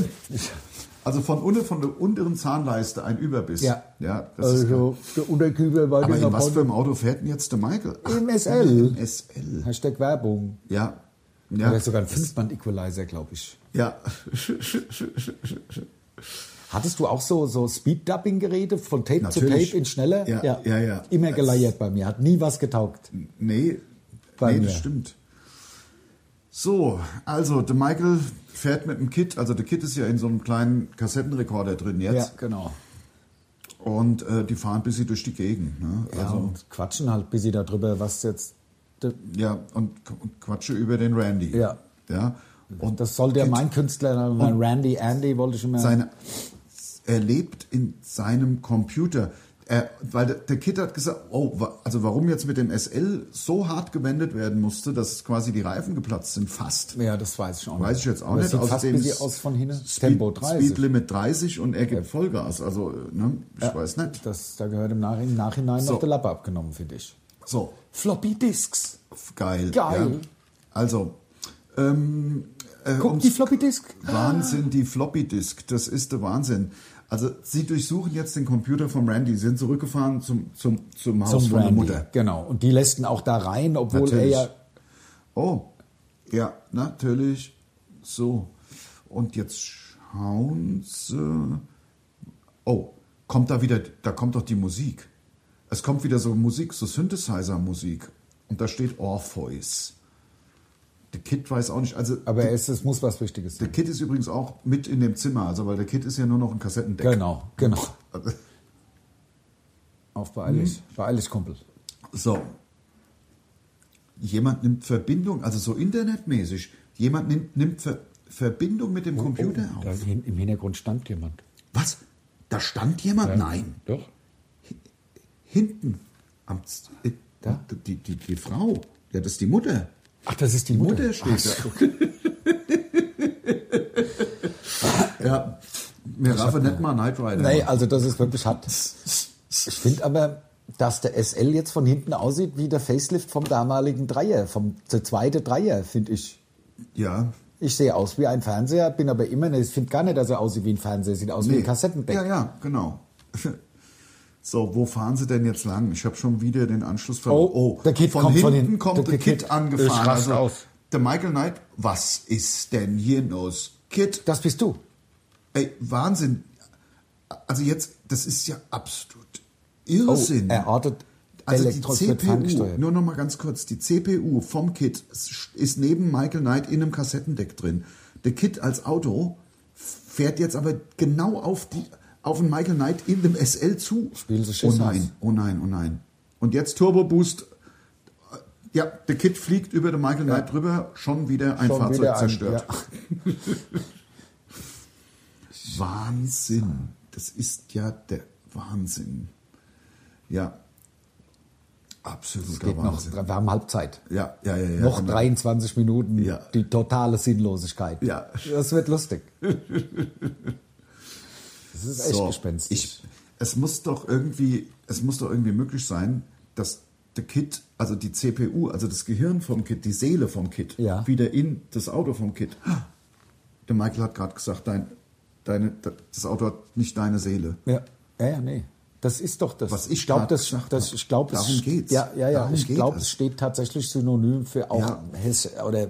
[SPEAKER 2] also von, unter, von der unteren Zahnleiste ein Überbiss.
[SPEAKER 4] Ja.
[SPEAKER 2] ja das ist,
[SPEAKER 4] also der Unterkübel war
[SPEAKER 2] aber
[SPEAKER 4] dieser
[SPEAKER 2] in was für
[SPEAKER 4] Bond-
[SPEAKER 2] einem Auto fährt denn jetzt der Michael? Ach,
[SPEAKER 4] MSL.
[SPEAKER 2] SL.
[SPEAKER 4] Hashtag Werbung.
[SPEAKER 2] Ja.
[SPEAKER 4] Oder
[SPEAKER 2] Ja.
[SPEAKER 4] sogar ein Fünfband-Equalizer, glaube ich.
[SPEAKER 2] ja. *laughs*
[SPEAKER 4] Hattest du auch so, so Speed-Dubbing-Geräte von Tape zu
[SPEAKER 2] Natürlich.
[SPEAKER 4] Tape in schneller?
[SPEAKER 2] Ja, ja, ja.
[SPEAKER 4] Immer
[SPEAKER 2] Das-
[SPEAKER 4] geleiert bei mir. Hat nie was getaugt.
[SPEAKER 2] Nee,
[SPEAKER 4] Bei
[SPEAKER 2] nee
[SPEAKER 4] mir.
[SPEAKER 2] das stimmt. So, also der Michael fährt mit dem Kit, also der Kit ist ja in so einem kleinen Kassettenrekorder drin
[SPEAKER 4] Ja,
[SPEAKER 2] jetzt
[SPEAKER 4] genau.
[SPEAKER 2] und äh, die fahren bis sie durch die Gegend. Ne?
[SPEAKER 4] Ja,
[SPEAKER 2] also,
[SPEAKER 4] und quatschen halt bis sie darüber, was jetzt. de-
[SPEAKER 2] ja, und, qu- und quatsche über den Randy.
[SPEAKER 4] Ja.
[SPEAKER 2] ja? Und
[SPEAKER 4] Das sollte ja
[SPEAKER 2] Kit,
[SPEAKER 4] mein Künstler, mein Randy Andy, wollte ich immer.
[SPEAKER 2] seine, er lebt in seinem Computer. Er, weil der, der Kid hat gesagt, oh, wa- also warum jetzt mit dem SL so hart gewendet werden musste, dass quasi die Reifen geplatzt sind, fast.
[SPEAKER 4] ja, das weiß ich auch nicht.
[SPEAKER 2] Weiß ich jetzt auch
[SPEAKER 4] Das
[SPEAKER 2] nicht.
[SPEAKER 4] Sieht fast
[SPEAKER 2] Außerdem
[SPEAKER 4] bis sie
[SPEAKER 2] ist
[SPEAKER 4] aus von hinten.
[SPEAKER 2] Speed,
[SPEAKER 4] Tempo 30.
[SPEAKER 2] Speed Limit 30 und er gibt Vollgas. Also, ne, ich weiß nicht.
[SPEAKER 4] Das, da gehört im, Nach im Nachhinein
[SPEAKER 2] So.
[SPEAKER 4] noch der Lappe abgenommen, finde ich.
[SPEAKER 2] So,
[SPEAKER 4] Floppy Disks.
[SPEAKER 2] geil.
[SPEAKER 4] Geil.
[SPEAKER 2] Ja. Also, ähm, äh,
[SPEAKER 4] Guck, die Floppy Disk.
[SPEAKER 2] Wahnsinn, die Floppy Disk. Das ist der Wahnsinn. Also, sie durchsuchen jetzt den Computer vom Randy. Sie sind zurückgefahren zum, zum, zum Haus von
[SPEAKER 4] Randy.
[SPEAKER 2] der Mutter.
[SPEAKER 4] Genau. Und die lässt ihn auch da rein, obwohl
[SPEAKER 2] Natürlich.
[SPEAKER 4] er ja.
[SPEAKER 2] Oh, ja, natürlich. So. Und jetzt schauen Sie. Oh, kommt da wieder, da kommt doch die Musik. Es kommt wieder so Musik, so Synthesizer-Musik. Und da steht Orpheus. Der Kid weiß auch nicht. Also,
[SPEAKER 4] Aber es, es muss was Wichtiges
[SPEAKER 2] der
[SPEAKER 4] sein.
[SPEAKER 2] Kid ist übrigens auch mit in dem Zimmer, also weil der Kid ist ja nur noch ein Kassettendeck.
[SPEAKER 4] Genau,
[SPEAKER 2] *laughs*
[SPEAKER 4] genau. Auf beeil dich. Beeil dich, Hm. Kumpel.
[SPEAKER 2] So. Jemand nimmt Verbindung, also so internetmäßig. Jemand nimmt, nimmt Ver Verbindung mit dem Computer
[SPEAKER 4] Oh, Da
[SPEAKER 2] auf.
[SPEAKER 4] hin- Im Hintergrund stand jemand.
[SPEAKER 2] Was? Da stand jemand? Nein.
[SPEAKER 4] Doch.
[SPEAKER 2] Hinten. Am Z äh,
[SPEAKER 4] Da?
[SPEAKER 2] Die, die, die Frau. Ja, das ist die Mutter.
[SPEAKER 4] Ach, das ist die
[SPEAKER 2] Die
[SPEAKER 4] Mutter.
[SPEAKER 2] Mutter steht da. *laughs* ja. Mir raffe nicht mal Knight Rider.
[SPEAKER 4] Nee, also das ist wirklich hart. Ich finde aber, dass der SL jetzt von hinten aussieht wie der Facelift vom damaligen Dreier, vom der zweite Dreier, finde ich.
[SPEAKER 2] ja.
[SPEAKER 4] Ich sehe aus wie ein Fernseher, bin aber immer, ne, ich finde gar nicht, dass er aussieht wie ein Fernseher, sieht aus wie
[SPEAKER 2] Nee.
[SPEAKER 4] ein Kassettendeck.
[SPEAKER 2] Ja, ja, genau. *laughs* So, wo fahren Sie denn jetzt lang? Ich habe schon wieder den Anschluss verloren.
[SPEAKER 4] Oh, der Kid
[SPEAKER 2] von
[SPEAKER 4] kommt
[SPEAKER 2] hinten
[SPEAKER 4] von hinten.
[SPEAKER 2] kommt
[SPEAKER 4] Der
[SPEAKER 2] der Kid,
[SPEAKER 4] Kid
[SPEAKER 2] angefahren. Also,
[SPEAKER 4] raste aus.
[SPEAKER 2] Der Michael Knight, was ist denn hier los? Kid,
[SPEAKER 4] Das bist du.
[SPEAKER 2] Ey, Wahnsinn. Also jetzt, das ist ja absolut Irrsinn.
[SPEAKER 4] Oh, er ortet
[SPEAKER 2] also die
[SPEAKER 4] Elektros mit
[SPEAKER 2] CPU,
[SPEAKER 4] ferngesteuert.
[SPEAKER 2] nur noch mal ganz kurz, die CPU vom Kit ist neben Michael Knight in einem Kassettendeck drin. Der Kit als Auto fährt jetzt aber genau auf die auf den Michael Knight in dem SL zu.
[SPEAKER 4] Spielen sie
[SPEAKER 2] oh
[SPEAKER 4] Schiss aus.
[SPEAKER 2] nein, oh nein, oh nein. Und jetzt Turbo Boost. Ja, der Kit fliegt über den Michael Knight drüber, schon wieder ein
[SPEAKER 4] Schon
[SPEAKER 2] Fahrzeug
[SPEAKER 4] wieder ein-
[SPEAKER 2] zerstört.
[SPEAKER 4] ja.
[SPEAKER 2] Wahnsinn. Das ist ja der Wahnsinn. Ja. Absoluter
[SPEAKER 4] Geht noch,
[SPEAKER 2] Wahnsinn.
[SPEAKER 4] wir haben Halbzeit.
[SPEAKER 2] Ja, ja, ja, ja.
[SPEAKER 4] noch
[SPEAKER 2] genau.
[SPEAKER 4] 23 Minuten,
[SPEAKER 2] Ja.
[SPEAKER 4] die totale Sinnlosigkeit.
[SPEAKER 2] Ja.
[SPEAKER 4] Das wird
[SPEAKER 2] *laughs*
[SPEAKER 4] lustig. Das ist echt
[SPEAKER 2] So,
[SPEAKER 4] gespenstig.
[SPEAKER 2] Ich, es muss doch irgendwie, es muss doch irgendwie möglich sein, dass der Kit, also die CPU, also das Gehirn vom Kit, die Seele vom Kit,
[SPEAKER 4] Ja.
[SPEAKER 2] wieder in das Auto vom Kit. Der Michael hat gerade gesagt, dein, deine, das Auto hat nicht deine Seele.
[SPEAKER 4] Ja, ja, ja, nee. Das ist doch das.
[SPEAKER 2] Was ich
[SPEAKER 4] glaube,
[SPEAKER 2] grad
[SPEAKER 4] das,
[SPEAKER 2] gesagt
[SPEAKER 4] das,
[SPEAKER 2] hab.
[SPEAKER 4] ich glaub,
[SPEAKER 2] Darum
[SPEAKER 4] es,
[SPEAKER 2] geht's.
[SPEAKER 4] Ja, ja, ja.
[SPEAKER 2] Darum
[SPEAKER 4] ich
[SPEAKER 2] geht
[SPEAKER 4] glaube,
[SPEAKER 2] es.
[SPEAKER 4] es steht tatsächlich synonym für auch
[SPEAKER 2] Ja.
[SPEAKER 4] häss oder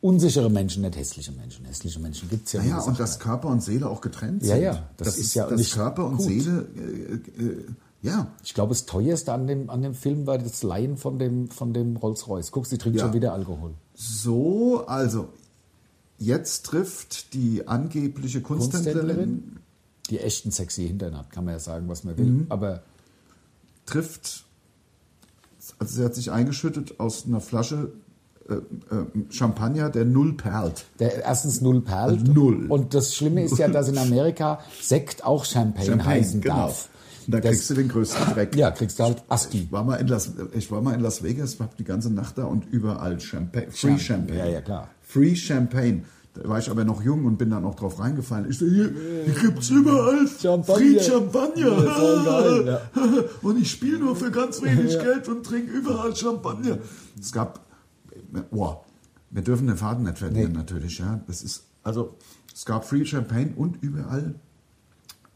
[SPEAKER 4] unsichere Menschen, nicht hässliche Menschen. Hässliche Menschen gibt's ja. wie
[SPEAKER 2] Naja,
[SPEAKER 4] gesagt.
[SPEAKER 2] und dass Körper und Seele auch getrennt
[SPEAKER 4] Ja,
[SPEAKER 2] sind.
[SPEAKER 4] ja, das ist ja
[SPEAKER 2] dass
[SPEAKER 4] nicht
[SPEAKER 2] Körper und
[SPEAKER 4] gut.
[SPEAKER 2] Seele, äh, äh, ja,
[SPEAKER 4] ich glaube, das teuerste an dem, an dem Film war das Laien von dem, von dem Rolls-Royce. Guck, sie trinkt
[SPEAKER 2] Ja.
[SPEAKER 4] schon wieder Alkohol.
[SPEAKER 2] So, also jetzt trifft die angebliche Kunsthändlerin,
[SPEAKER 4] Kunsthändlerin, die echten sexy Hintern hat, kann man ja sagen, was man will.
[SPEAKER 2] Mhm.
[SPEAKER 4] Aber
[SPEAKER 2] trifft, also sie hat sich eingeschüttet aus einer Flasche äh, äh, Champagner, der null perlt.
[SPEAKER 4] Der erstens null perlt.
[SPEAKER 2] Also Null.
[SPEAKER 4] Und das Schlimme ist ja,
[SPEAKER 2] *laughs*
[SPEAKER 4] dass in Amerika Sekt auch Champagne,
[SPEAKER 2] Champagne,
[SPEAKER 4] heißen
[SPEAKER 2] genau.
[SPEAKER 4] darf.
[SPEAKER 2] Und da
[SPEAKER 4] Das-
[SPEAKER 2] kriegst du den größten Dreck.
[SPEAKER 4] Ja, kriegst du halt ASCII.
[SPEAKER 2] Ich war mal in Las, ich war mal in Las Vegas, hab die ganze Nacht da und überall Champagne, Free
[SPEAKER 4] Champ-
[SPEAKER 2] Champagne.
[SPEAKER 4] Ja, ja, klar.
[SPEAKER 2] Free Champagne. Da war ich aber noch jung und bin dann auch drauf reingefallen. Ich so, hier, hier gibt's überall
[SPEAKER 4] Champagner.
[SPEAKER 2] Free Champagner.
[SPEAKER 4] Ja, voll geil,
[SPEAKER 2] *laughs* Und ich spiele nur für ganz wenig Geld und trinke überall Champagner. Es gab, boah, wir dürfen den Faden nicht verlieren natürlich, ja. Das ist, also, es gab Free Champagne und überall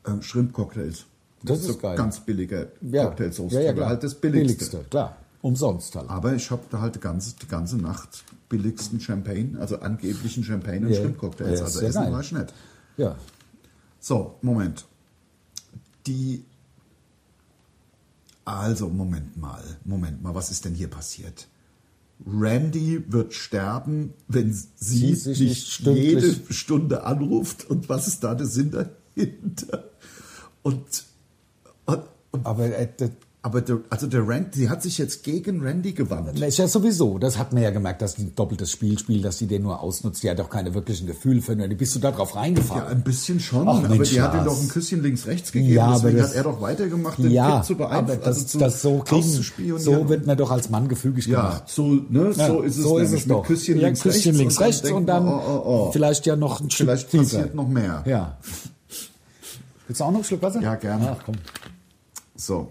[SPEAKER 2] ähm, Shrimp-Cocktails.
[SPEAKER 4] Das
[SPEAKER 2] Mit
[SPEAKER 4] ist geil.
[SPEAKER 2] Ganz billiger
[SPEAKER 4] Ja,
[SPEAKER 2] Cocktailsoße.
[SPEAKER 4] ja, ja,
[SPEAKER 2] aber
[SPEAKER 4] klar.
[SPEAKER 2] halt das billigste.
[SPEAKER 4] klar. Umsonst halt.
[SPEAKER 2] Aber ich habe da halt die ganze, die ganze Nacht billigsten Champagne, also angeblichen Champagne und
[SPEAKER 4] Ja.
[SPEAKER 2] Shrimp-Cocktails.
[SPEAKER 4] Ja,
[SPEAKER 2] also
[SPEAKER 4] ist ja
[SPEAKER 2] Essen
[SPEAKER 4] geil.
[SPEAKER 2] war ich nicht.
[SPEAKER 4] Ja.
[SPEAKER 2] So, Moment. Die. Also, Moment mal. Moment mal, was ist denn hier passiert? Randy wird sterben, wenn sie,
[SPEAKER 4] sich
[SPEAKER 2] nicht,
[SPEAKER 4] nicht stündlich-
[SPEAKER 2] jede Stunde anruft. Und was ist da der Sinn dahinter? Und. und, und
[SPEAKER 4] Aber äh, das
[SPEAKER 2] aber der, also der Randy, sie hat sich jetzt gegen Randy gewandt.
[SPEAKER 4] das ist ja sowieso, das hat man ja gemerkt, dass die ein doppeltes Spiel spielt, dass sie den nur ausnutzt. Die hat auch keine wirklichen Gefühle für ihn. Bist du da drauf
[SPEAKER 2] Ja,
[SPEAKER 4] reingefallen?
[SPEAKER 2] ein bisschen schon,
[SPEAKER 4] Ach,
[SPEAKER 2] aber
[SPEAKER 4] Mensch,
[SPEAKER 2] die hat ihm
[SPEAKER 4] Lars.
[SPEAKER 2] doch ein Küsschen links-rechts gegeben,
[SPEAKER 4] Ja, aber
[SPEAKER 2] deswegen
[SPEAKER 4] das-
[SPEAKER 2] hat er doch weitergemacht, den Kind zu
[SPEAKER 4] aber
[SPEAKER 2] beeinflussen,
[SPEAKER 4] das,
[SPEAKER 2] also zu,
[SPEAKER 4] das so kriegen,
[SPEAKER 2] auszuspionieren.
[SPEAKER 4] so wird man doch als Mann gefügig
[SPEAKER 2] ja,
[SPEAKER 4] gemacht.
[SPEAKER 2] so, ne,
[SPEAKER 4] Ja,
[SPEAKER 2] so ist es,
[SPEAKER 4] so ist
[SPEAKER 2] nämlich,
[SPEAKER 4] es doch.
[SPEAKER 2] mit Küsschen
[SPEAKER 4] ja,
[SPEAKER 2] links,
[SPEAKER 4] Küsschen
[SPEAKER 2] rechts,
[SPEAKER 4] links
[SPEAKER 2] und
[SPEAKER 4] rechts und dann,
[SPEAKER 2] denkt man, oh, oh, oh.
[SPEAKER 4] vielleicht ja noch ein Stück
[SPEAKER 2] vielleicht
[SPEAKER 4] tiefer.
[SPEAKER 2] passiert noch mehr.
[SPEAKER 4] Ja. Willst du auch noch einen Schluck Wasser?
[SPEAKER 2] Ja, gerne.
[SPEAKER 4] Ach, komm.
[SPEAKER 2] So,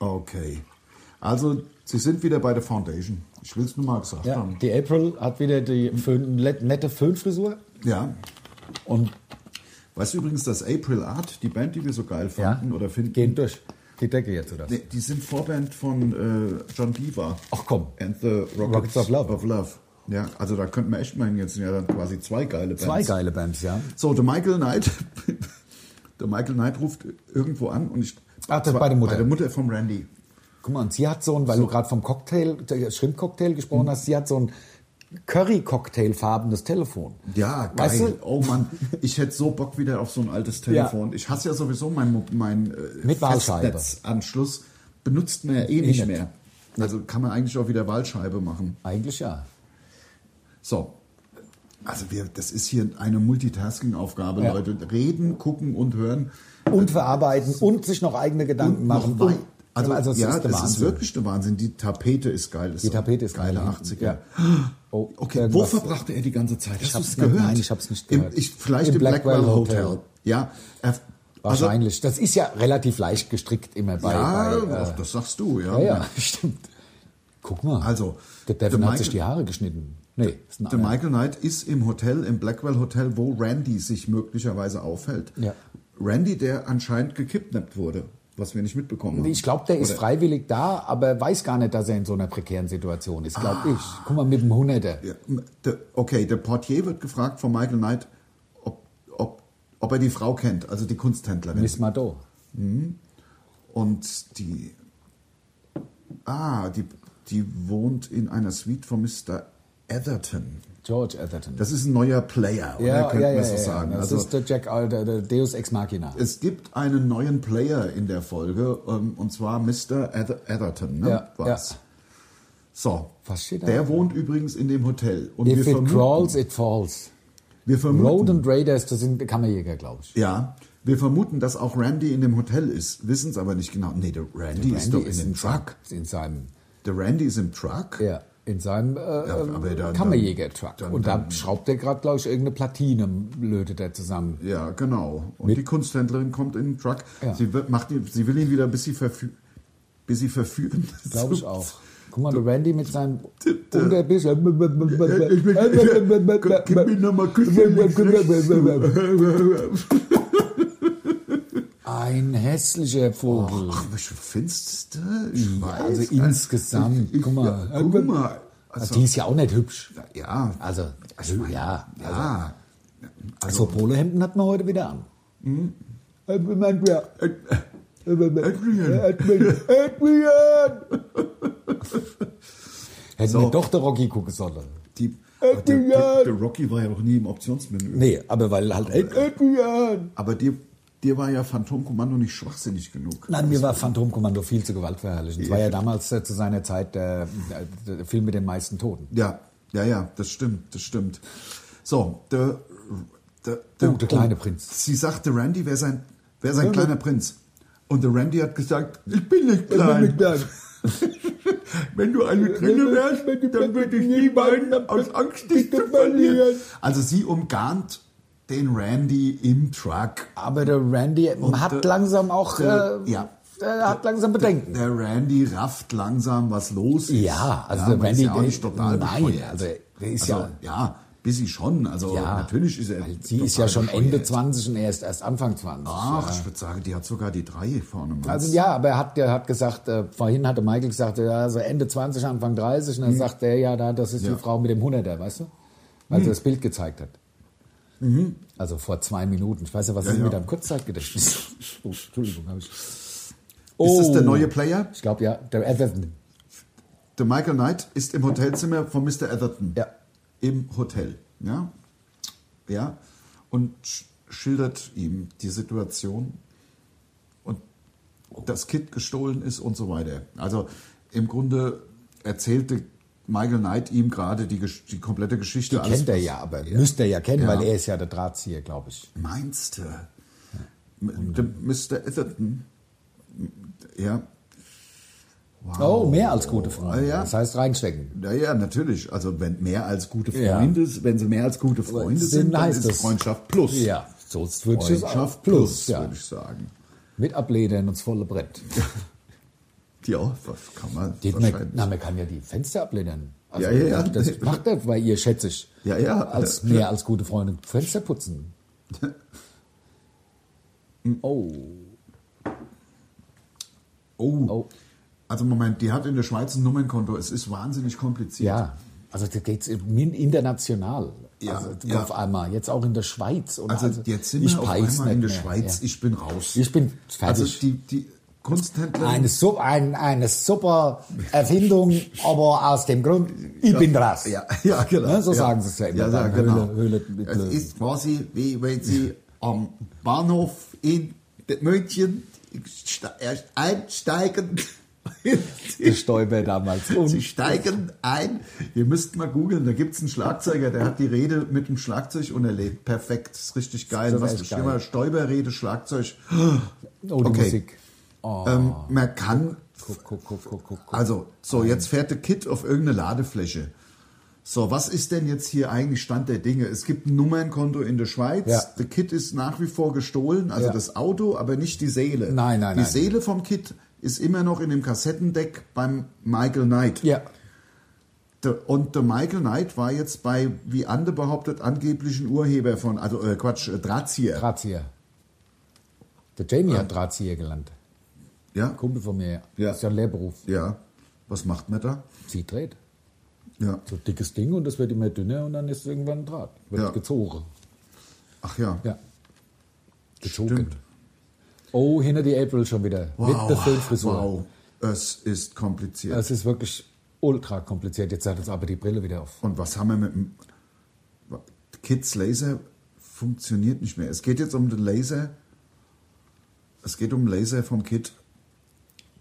[SPEAKER 2] okay. Also, Sie sind wieder bei der Foundation. Ich will es nur mal gesagt
[SPEAKER 4] Ja,
[SPEAKER 2] haben.
[SPEAKER 4] die April hat wieder die Föhn, let- nette Föhnfrisur
[SPEAKER 2] Ja.
[SPEAKER 4] und
[SPEAKER 2] Weißt du übrigens, dass April Art, die Band, die wir so geil fanden oder finden,
[SPEAKER 4] gehen durch die Decke jetzt oder?
[SPEAKER 2] Nee, Die sind Vorband von äh, John Beaver.
[SPEAKER 4] Ach komm.
[SPEAKER 2] And the
[SPEAKER 4] Rockets
[SPEAKER 2] Rockets,
[SPEAKER 4] of Love.
[SPEAKER 2] Ja, also da könnten wir echt meinen, jetzt sind ja dann quasi zwei geile Bands.
[SPEAKER 4] Zwei geile Bands, ja.
[SPEAKER 2] So, der Michael Knight, *laughs* der Michael Knight ruft irgendwo an und ich...
[SPEAKER 4] Ach, das
[SPEAKER 2] zwar-
[SPEAKER 4] bei der Mutter.
[SPEAKER 2] Bei der Mutter vom Randy.
[SPEAKER 4] Guck mal, und sie hat so ein, weil du gerade vom Cocktail, äh, Shrimp-Cocktail
[SPEAKER 2] Mhm.
[SPEAKER 4] gesprochen hast, sie hat so ein Curry-Cocktail-farbenes Telefon.
[SPEAKER 2] Ja, geil.
[SPEAKER 4] Weißt du?
[SPEAKER 2] Oh Mann, ich hätte so Bock wieder auf so ein altes Telefon. Ich hasse ja sowieso mein, Mo- mein äh,
[SPEAKER 4] Mit Wahlscheibe.
[SPEAKER 2] Festnetzanschluss. Benutzt man ja eh nicht
[SPEAKER 4] nicht.
[SPEAKER 2] mehr. Also kann man eigentlich auch wieder Wahlscheibe machen.
[SPEAKER 4] Eigentlich ja.
[SPEAKER 2] So. Also wir, das ist hier eine Multitasking-Aufgabe,
[SPEAKER 4] Ja.
[SPEAKER 2] Leute. Reden, gucken und hören.
[SPEAKER 4] Und verarbeiten und sich noch eigene Gedanken machen.
[SPEAKER 2] Also, wei- also,
[SPEAKER 4] es
[SPEAKER 2] ja,
[SPEAKER 4] der
[SPEAKER 2] das ist
[SPEAKER 4] Wahnsinn.
[SPEAKER 2] wirklich der Wahnsinn. Die Tapete ist geil.
[SPEAKER 4] Die Tapete ist
[SPEAKER 2] geile
[SPEAKER 4] geil.
[SPEAKER 2] 80er.
[SPEAKER 4] Ja. Oh,
[SPEAKER 2] Okay, wo
[SPEAKER 4] irgendwas.
[SPEAKER 2] verbrachte er die ganze Zeit? Hast
[SPEAKER 4] hab's
[SPEAKER 2] du's
[SPEAKER 4] nicht-
[SPEAKER 2] gehört?
[SPEAKER 4] nein, ich hab's nicht gehört.
[SPEAKER 2] Im, ich, vielleicht im,
[SPEAKER 4] Im
[SPEAKER 2] Blackwell,
[SPEAKER 4] Blackwell
[SPEAKER 2] Hotel.
[SPEAKER 4] Hotel.
[SPEAKER 2] Ja. er- also,
[SPEAKER 4] Wahrscheinlich. das ist ja relativ leicht gestrickt immer bei.
[SPEAKER 2] Also, ja,
[SPEAKER 4] bei
[SPEAKER 2] ach, das sagst du, ja.
[SPEAKER 4] äh, ja, ja, stimmt. Guck mal.
[SPEAKER 2] Also,
[SPEAKER 4] der
[SPEAKER 2] der
[SPEAKER 4] Devin
[SPEAKER 2] Michael-
[SPEAKER 4] hat sich die Haare geschnitten. Nee, ist ein
[SPEAKER 2] Der
[SPEAKER 4] anderer.
[SPEAKER 2] Michael Knight ist im Hotel, im Blackwell Hotel, wo Randy sich möglicherweise aufhält.
[SPEAKER 4] Ja.
[SPEAKER 2] Randy, der anscheinend gekidnappt wurde, was wir nicht mitbekommen haben.
[SPEAKER 4] Ich glaube, der ist
[SPEAKER 2] Oder-
[SPEAKER 4] freiwillig da, aber weiß gar nicht, dass er in so einer prekären Situation ist, glaube ich.
[SPEAKER 2] Ah.
[SPEAKER 4] Guck mal, mit dem Hunderter.
[SPEAKER 2] Ja, m- der- Okay, der Portier wird gefragt von Michael Knight, ob, ob, ob er die Frau kennt, also die Kunsthändlerin.
[SPEAKER 4] Miss Mado.
[SPEAKER 2] Und die. Ah, die, die wohnt in einer Suite von Mr. Atherton.
[SPEAKER 4] George Atherton.
[SPEAKER 2] Das ist ein neuer Player, oder? Könnte man so sagen.
[SPEAKER 4] Das
[SPEAKER 2] also,
[SPEAKER 4] ist der Jack Alter, der Deus Ex Machina.
[SPEAKER 2] Es gibt einen neuen Player in der Folge, ähm, und zwar Mr. Ather- Atherton, ne?
[SPEAKER 4] Ja,
[SPEAKER 2] War's.
[SPEAKER 4] ja.
[SPEAKER 2] So.
[SPEAKER 4] Was steht da?
[SPEAKER 2] Der wohnt übrigens in dem Hotel. Und wir
[SPEAKER 4] If it
[SPEAKER 2] vermuten,
[SPEAKER 4] crawls, it falls.
[SPEAKER 2] wir
[SPEAKER 4] Road
[SPEAKER 2] vermuten,
[SPEAKER 4] and Raiders, das sind Kammerjäger, glaube ich.
[SPEAKER 2] ja, wir vermuten, dass auch Randy in dem Hotel ist, wissen es aber nicht genau. Nee, der Randy, ist doch in dem Truck.
[SPEAKER 4] In seinem,
[SPEAKER 2] Der Randy ist im Truck?
[SPEAKER 4] ja, in seinem äh,
[SPEAKER 2] aber dann-
[SPEAKER 4] Kammerjäger-Truck.
[SPEAKER 2] dann-
[SPEAKER 4] Und da
[SPEAKER 2] dann-
[SPEAKER 4] schraubt er gerade, glaube ich, irgendeine Platine, lötet er zusammen.
[SPEAKER 2] Ja, genau. Und
[SPEAKER 4] Mit-
[SPEAKER 2] die Kunsthändlerin kommt in den Truck.
[SPEAKER 4] Ja.
[SPEAKER 2] Sie, wird, macht ihn, sie will ihn wieder ein bisschen, verfü bis sie verführen. *laughs*
[SPEAKER 4] Glaube ich auch. Guck mal, der Randy mit seinem
[SPEAKER 2] der-
[SPEAKER 4] Unterbiss.
[SPEAKER 2] Ich will, gib mir nochmal Küsschen.
[SPEAKER 4] Ein hässlicher Vogel.
[SPEAKER 2] Ach, was findste? Ich weiß.
[SPEAKER 4] also insgesamt,
[SPEAKER 2] Ich, ich,
[SPEAKER 4] guck mal.
[SPEAKER 2] Ja, guck mal. Also,
[SPEAKER 4] die ist ja auch nicht hübsch.
[SPEAKER 2] ja,
[SPEAKER 4] Also, ja.
[SPEAKER 2] ja.
[SPEAKER 4] Also, Polohemden hat man heute wieder an.
[SPEAKER 2] Mhm. Adrian. *laughs*
[SPEAKER 4] Hätten wir doch der Rocky gucken sollen.
[SPEAKER 2] Die, aber der, der, der Rocky war ja noch nie im Optionsmenü.
[SPEAKER 4] Nee, aber weil halt. Adrian!
[SPEAKER 2] Aber die, Dir war ja Phantomkommando nicht schwachsinnig genug.
[SPEAKER 4] Nein, mir war Phantomkommando viel zu gewaltverherrlichend. Es war ja damals äh, zu seiner Zeit der, der, der Film mit den meisten Toten.
[SPEAKER 2] Ja, ja, ja, das stimmt, das stimmt. So, der, der,
[SPEAKER 4] Oh, der kleine ne. Prinz.
[SPEAKER 2] um, Sie sagte, Randy wäre sein, wär sein kleiner Prinz. Und der Randy hat gesagt, ich bin nicht klein. Wenn du eine Trille wärst, dann würde ich nie weinen, aus Angst, dich zu verlieren. Also sie umgarnt den Randy im Truck.
[SPEAKER 4] Aber der Randy hat
[SPEAKER 2] der-
[SPEAKER 4] langsam auch
[SPEAKER 2] der-
[SPEAKER 4] äh,
[SPEAKER 2] ja.
[SPEAKER 4] er hat langsam Bedenken.
[SPEAKER 2] Der Randy rafft langsam, was los ist.
[SPEAKER 4] ja, also
[SPEAKER 2] man
[SPEAKER 4] der Randy
[SPEAKER 2] ist ja auch nicht total
[SPEAKER 4] Nein,
[SPEAKER 2] bescheuert.
[SPEAKER 4] also der ist
[SPEAKER 2] Also,
[SPEAKER 4] ja
[SPEAKER 2] ja, bis sie schon. Also
[SPEAKER 4] Ja.
[SPEAKER 2] natürlich ist er.
[SPEAKER 4] weil sie ist ja schon Ende 20 und er ist erst Anfang 20.
[SPEAKER 2] Ach, ich würde sagen, die hat sogar die drei vorne. Mann.
[SPEAKER 4] Also ja, aber er hat, der hat gesagt, äh, vorhin hatte Michael gesagt, ja, also Ende 20, Anfang 30 und dann sagt er, ja, da, das ist
[SPEAKER 2] Mhm. Ja. Mhm.
[SPEAKER 4] die Frau mit dem 100er, weißt du? Weil sie das Bild gezeigt hat. Also vor zwei Minuten. Ich weiß ja, was ist
[SPEAKER 2] ja.
[SPEAKER 4] mit deinem Kurzzeitgedächtnis?
[SPEAKER 2] *laughs*
[SPEAKER 4] oh, Entschuldigung, habe ich...
[SPEAKER 2] Ist das
[SPEAKER 4] Oh.
[SPEAKER 2] der neue Player?
[SPEAKER 4] Ich glaube, ja, der Everton.
[SPEAKER 2] Der Michael Knight ist im Hotelzimmer von Mr. Atherton.
[SPEAKER 4] Ja.
[SPEAKER 2] Im Hotel. Ja. Ja. Und sch- schildert ihm die Situation und das Kind gestohlen ist und so weiter. Also im Grunde erzählte Michael Knight ihm gerade die, Gesch- die komplette Geschichte. alles,
[SPEAKER 4] Kennt er
[SPEAKER 2] was-
[SPEAKER 4] ja, aber müsste er ja kennen,
[SPEAKER 2] Ja.
[SPEAKER 4] weil er ist ja der Drahtzieher, glaube ich.
[SPEAKER 2] Meinst du? M- der Mr. Atherton. Ja.
[SPEAKER 4] Oh, mehr als gute Freunde.
[SPEAKER 2] Ah, ja.
[SPEAKER 4] Das heißt reinstecken.
[SPEAKER 2] Ja, ja, natürlich. Also wenn mehr als gute
[SPEAKER 4] Ja.
[SPEAKER 2] Freunde, wenn sie mehr als gute Freunde
[SPEAKER 4] Sind,
[SPEAKER 2] sind, dann
[SPEAKER 4] heißt
[SPEAKER 2] ist
[SPEAKER 4] es.
[SPEAKER 2] Freundschaft plus.
[SPEAKER 4] Ja, so ist- würde ich es auch.
[SPEAKER 2] Freundschaft plus,
[SPEAKER 4] ja.
[SPEAKER 2] würde ich sagen.
[SPEAKER 4] Mit Abledern und das volle Brett.
[SPEAKER 2] Ja, das kann man
[SPEAKER 4] Geht man,
[SPEAKER 2] wahrscheinlich.
[SPEAKER 4] na, man kann ja die Fenster abledern. Also,
[SPEAKER 2] Ja, ja, ja.
[SPEAKER 4] Das macht er bei ihr, schätze ich.
[SPEAKER 2] Ja, ja.
[SPEAKER 4] Als, mehr als gute Freunde. Fenster putzen. Oh.
[SPEAKER 2] oh.
[SPEAKER 4] Oh.
[SPEAKER 2] also Moment, die hat in der Schweiz ein Nummernkonto. Es ist wahnsinnig kompliziert.
[SPEAKER 4] Ja. Also da geht es international.
[SPEAKER 2] Ja,
[SPEAKER 4] also,
[SPEAKER 2] ja.
[SPEAKER 4] Auf einmal. Jetzt auch in der Schweiz. Und
[SPEAKER 2] Also jetzt sind
[SPEAKER 4] ich
[SPEAKER 2] wir auf
[SPEAKER 4] peil's
[SPEAKER 2] einmal in der
[SPEAKER 4] nicht mehr.
[SPEAKER 2] Schweiz.
[SPEAKER 4] Ja.
[SPEAKER 2] Ich bin raus.
[SPEAKER 4] Ich bin
[SPEAKER 2] also
[SPEAKER 4] fertig.
[SPEAKER 2] die, die Kunsthändlerin.
[SPEAKER 4] eine, Sup- ein, eine super Erfindung, aber aus dem Grund, ich bin raus.
[SPEAKER 2] Ja, *laughs* ja genau.
[SPEAKER 4] Ne, so
[SPEAKER 2] ja.
[SPEAKER 4] sagen sie es ja immer.
[SPEAKER 2] Ja, ja
[SPEAKER 4] dann.
[SPEAKER 2] genau.
[SPEAKER 4] Höhle, Höhle, mit
[SPEAKER 2] es
[SPEAKER 4] Löwen.
[SPEAKER 2] ist quasi wie wenn Sie am Bahnhof in München ste- erst
[SPEAKER 4] *laughs*
[SPEAKER 2] einsteigen.
[SPEAKER 4] Die Stäuber damals. um.
[SPEAKER 2] Sie
[SPEAKER 4] Und
[SPEAKER 2] steigen ein. Ihr müsst mal googeln, da gibt es einen Schlagzeuger, der hat die Rede mit dem Schlagzeug unerlebt. Perfekt, ist richtig geil.
[SPEAKER 4] Das ist
[SPEAKER 2] Was für
[SPEAKER 4] echt geil.
[SPEAKER 2] schlimmer, Stäuberrede, Schlagzeug.
[SPEAKER 4] oh, die
[SPEAKER 2] Okay.
[SPEAKER 4] Musik. Oh,
[SPEAKER 2] Ähm, man kann
[SPEAKER 4] guck, guck, guck, guck, guck. guck.
[SPEAKER 2] Also, so, jetzt fährt der Kit auf irgendeine Ladefläche. So, was ist denn jetzt hier eigentlich Stand der Dinge? Es gibt ein Nummernkonto in der Schweiz.
[SPEAKER 4] Ja.
[SPEAKER 2] Der Kit ist nach wie vor gestohlen, also
[SPEAKER 4] Ja.
[SPEAKER 2] das Auto, aber nicht die Seele.
[SPEAKER 4] Nein, nein,
[SPEAKER 2] Die
[SPEAKER 4] nein.
[SPEAKER 2] Seele vom Kit ist immer noch in dem Kassettendeck beim Michael Knight.
[SPEAKER 4] ja.
[SPEAKER 2] Der- Und der Michael Knight war jetzt bei, wie Ande behauptet, angeblichen Urheber von, also äh, Quatsch, äh, Drahtzieher.
[SPEAKER 4] Drahtzieher. Der Jamie hat Drahtzieher gelernt.
[SPEAKER 2] ja?
[SPEAKER 4] Kumpel von mir.
[SPEAKER 2] Ja.
[SPEAKER 4] Ist ja ein Lehrberuf.
[SPEAKER 2] ja. Was macht man da?
[SPEAKER 4] Sie dreht.
[SPEAKER 2] Ja.
[SPEAKER 4] So ein dickes Ding und das wird immer dünner und dann ist irgendwann ein Draht. Wird
[SPEAKER 2] Ja.
[SPEAKER 4] gezogen.
[SPEAKER 2] Ach ja.
[SPEAKER 4] Ja. Gezogen.
[SPEAKER 2] Stimmt.
[SPEAKER 4] Oh, hinter die April schon wieder. Mit der Filmfrisur.
[SPEAKER 2] Wow. Es ist kompliziert.
[SPEAKER 4] Das ist wirklich ultra kompliziert. Jetzt hat uns aber die Brille wieder auf.
[SPEAKER 2] Und was haben wir mit dem Kids Laser funktioniert nicht mehr. Es geht jetzt um den Laser. Es geht um den Laser vom Kid.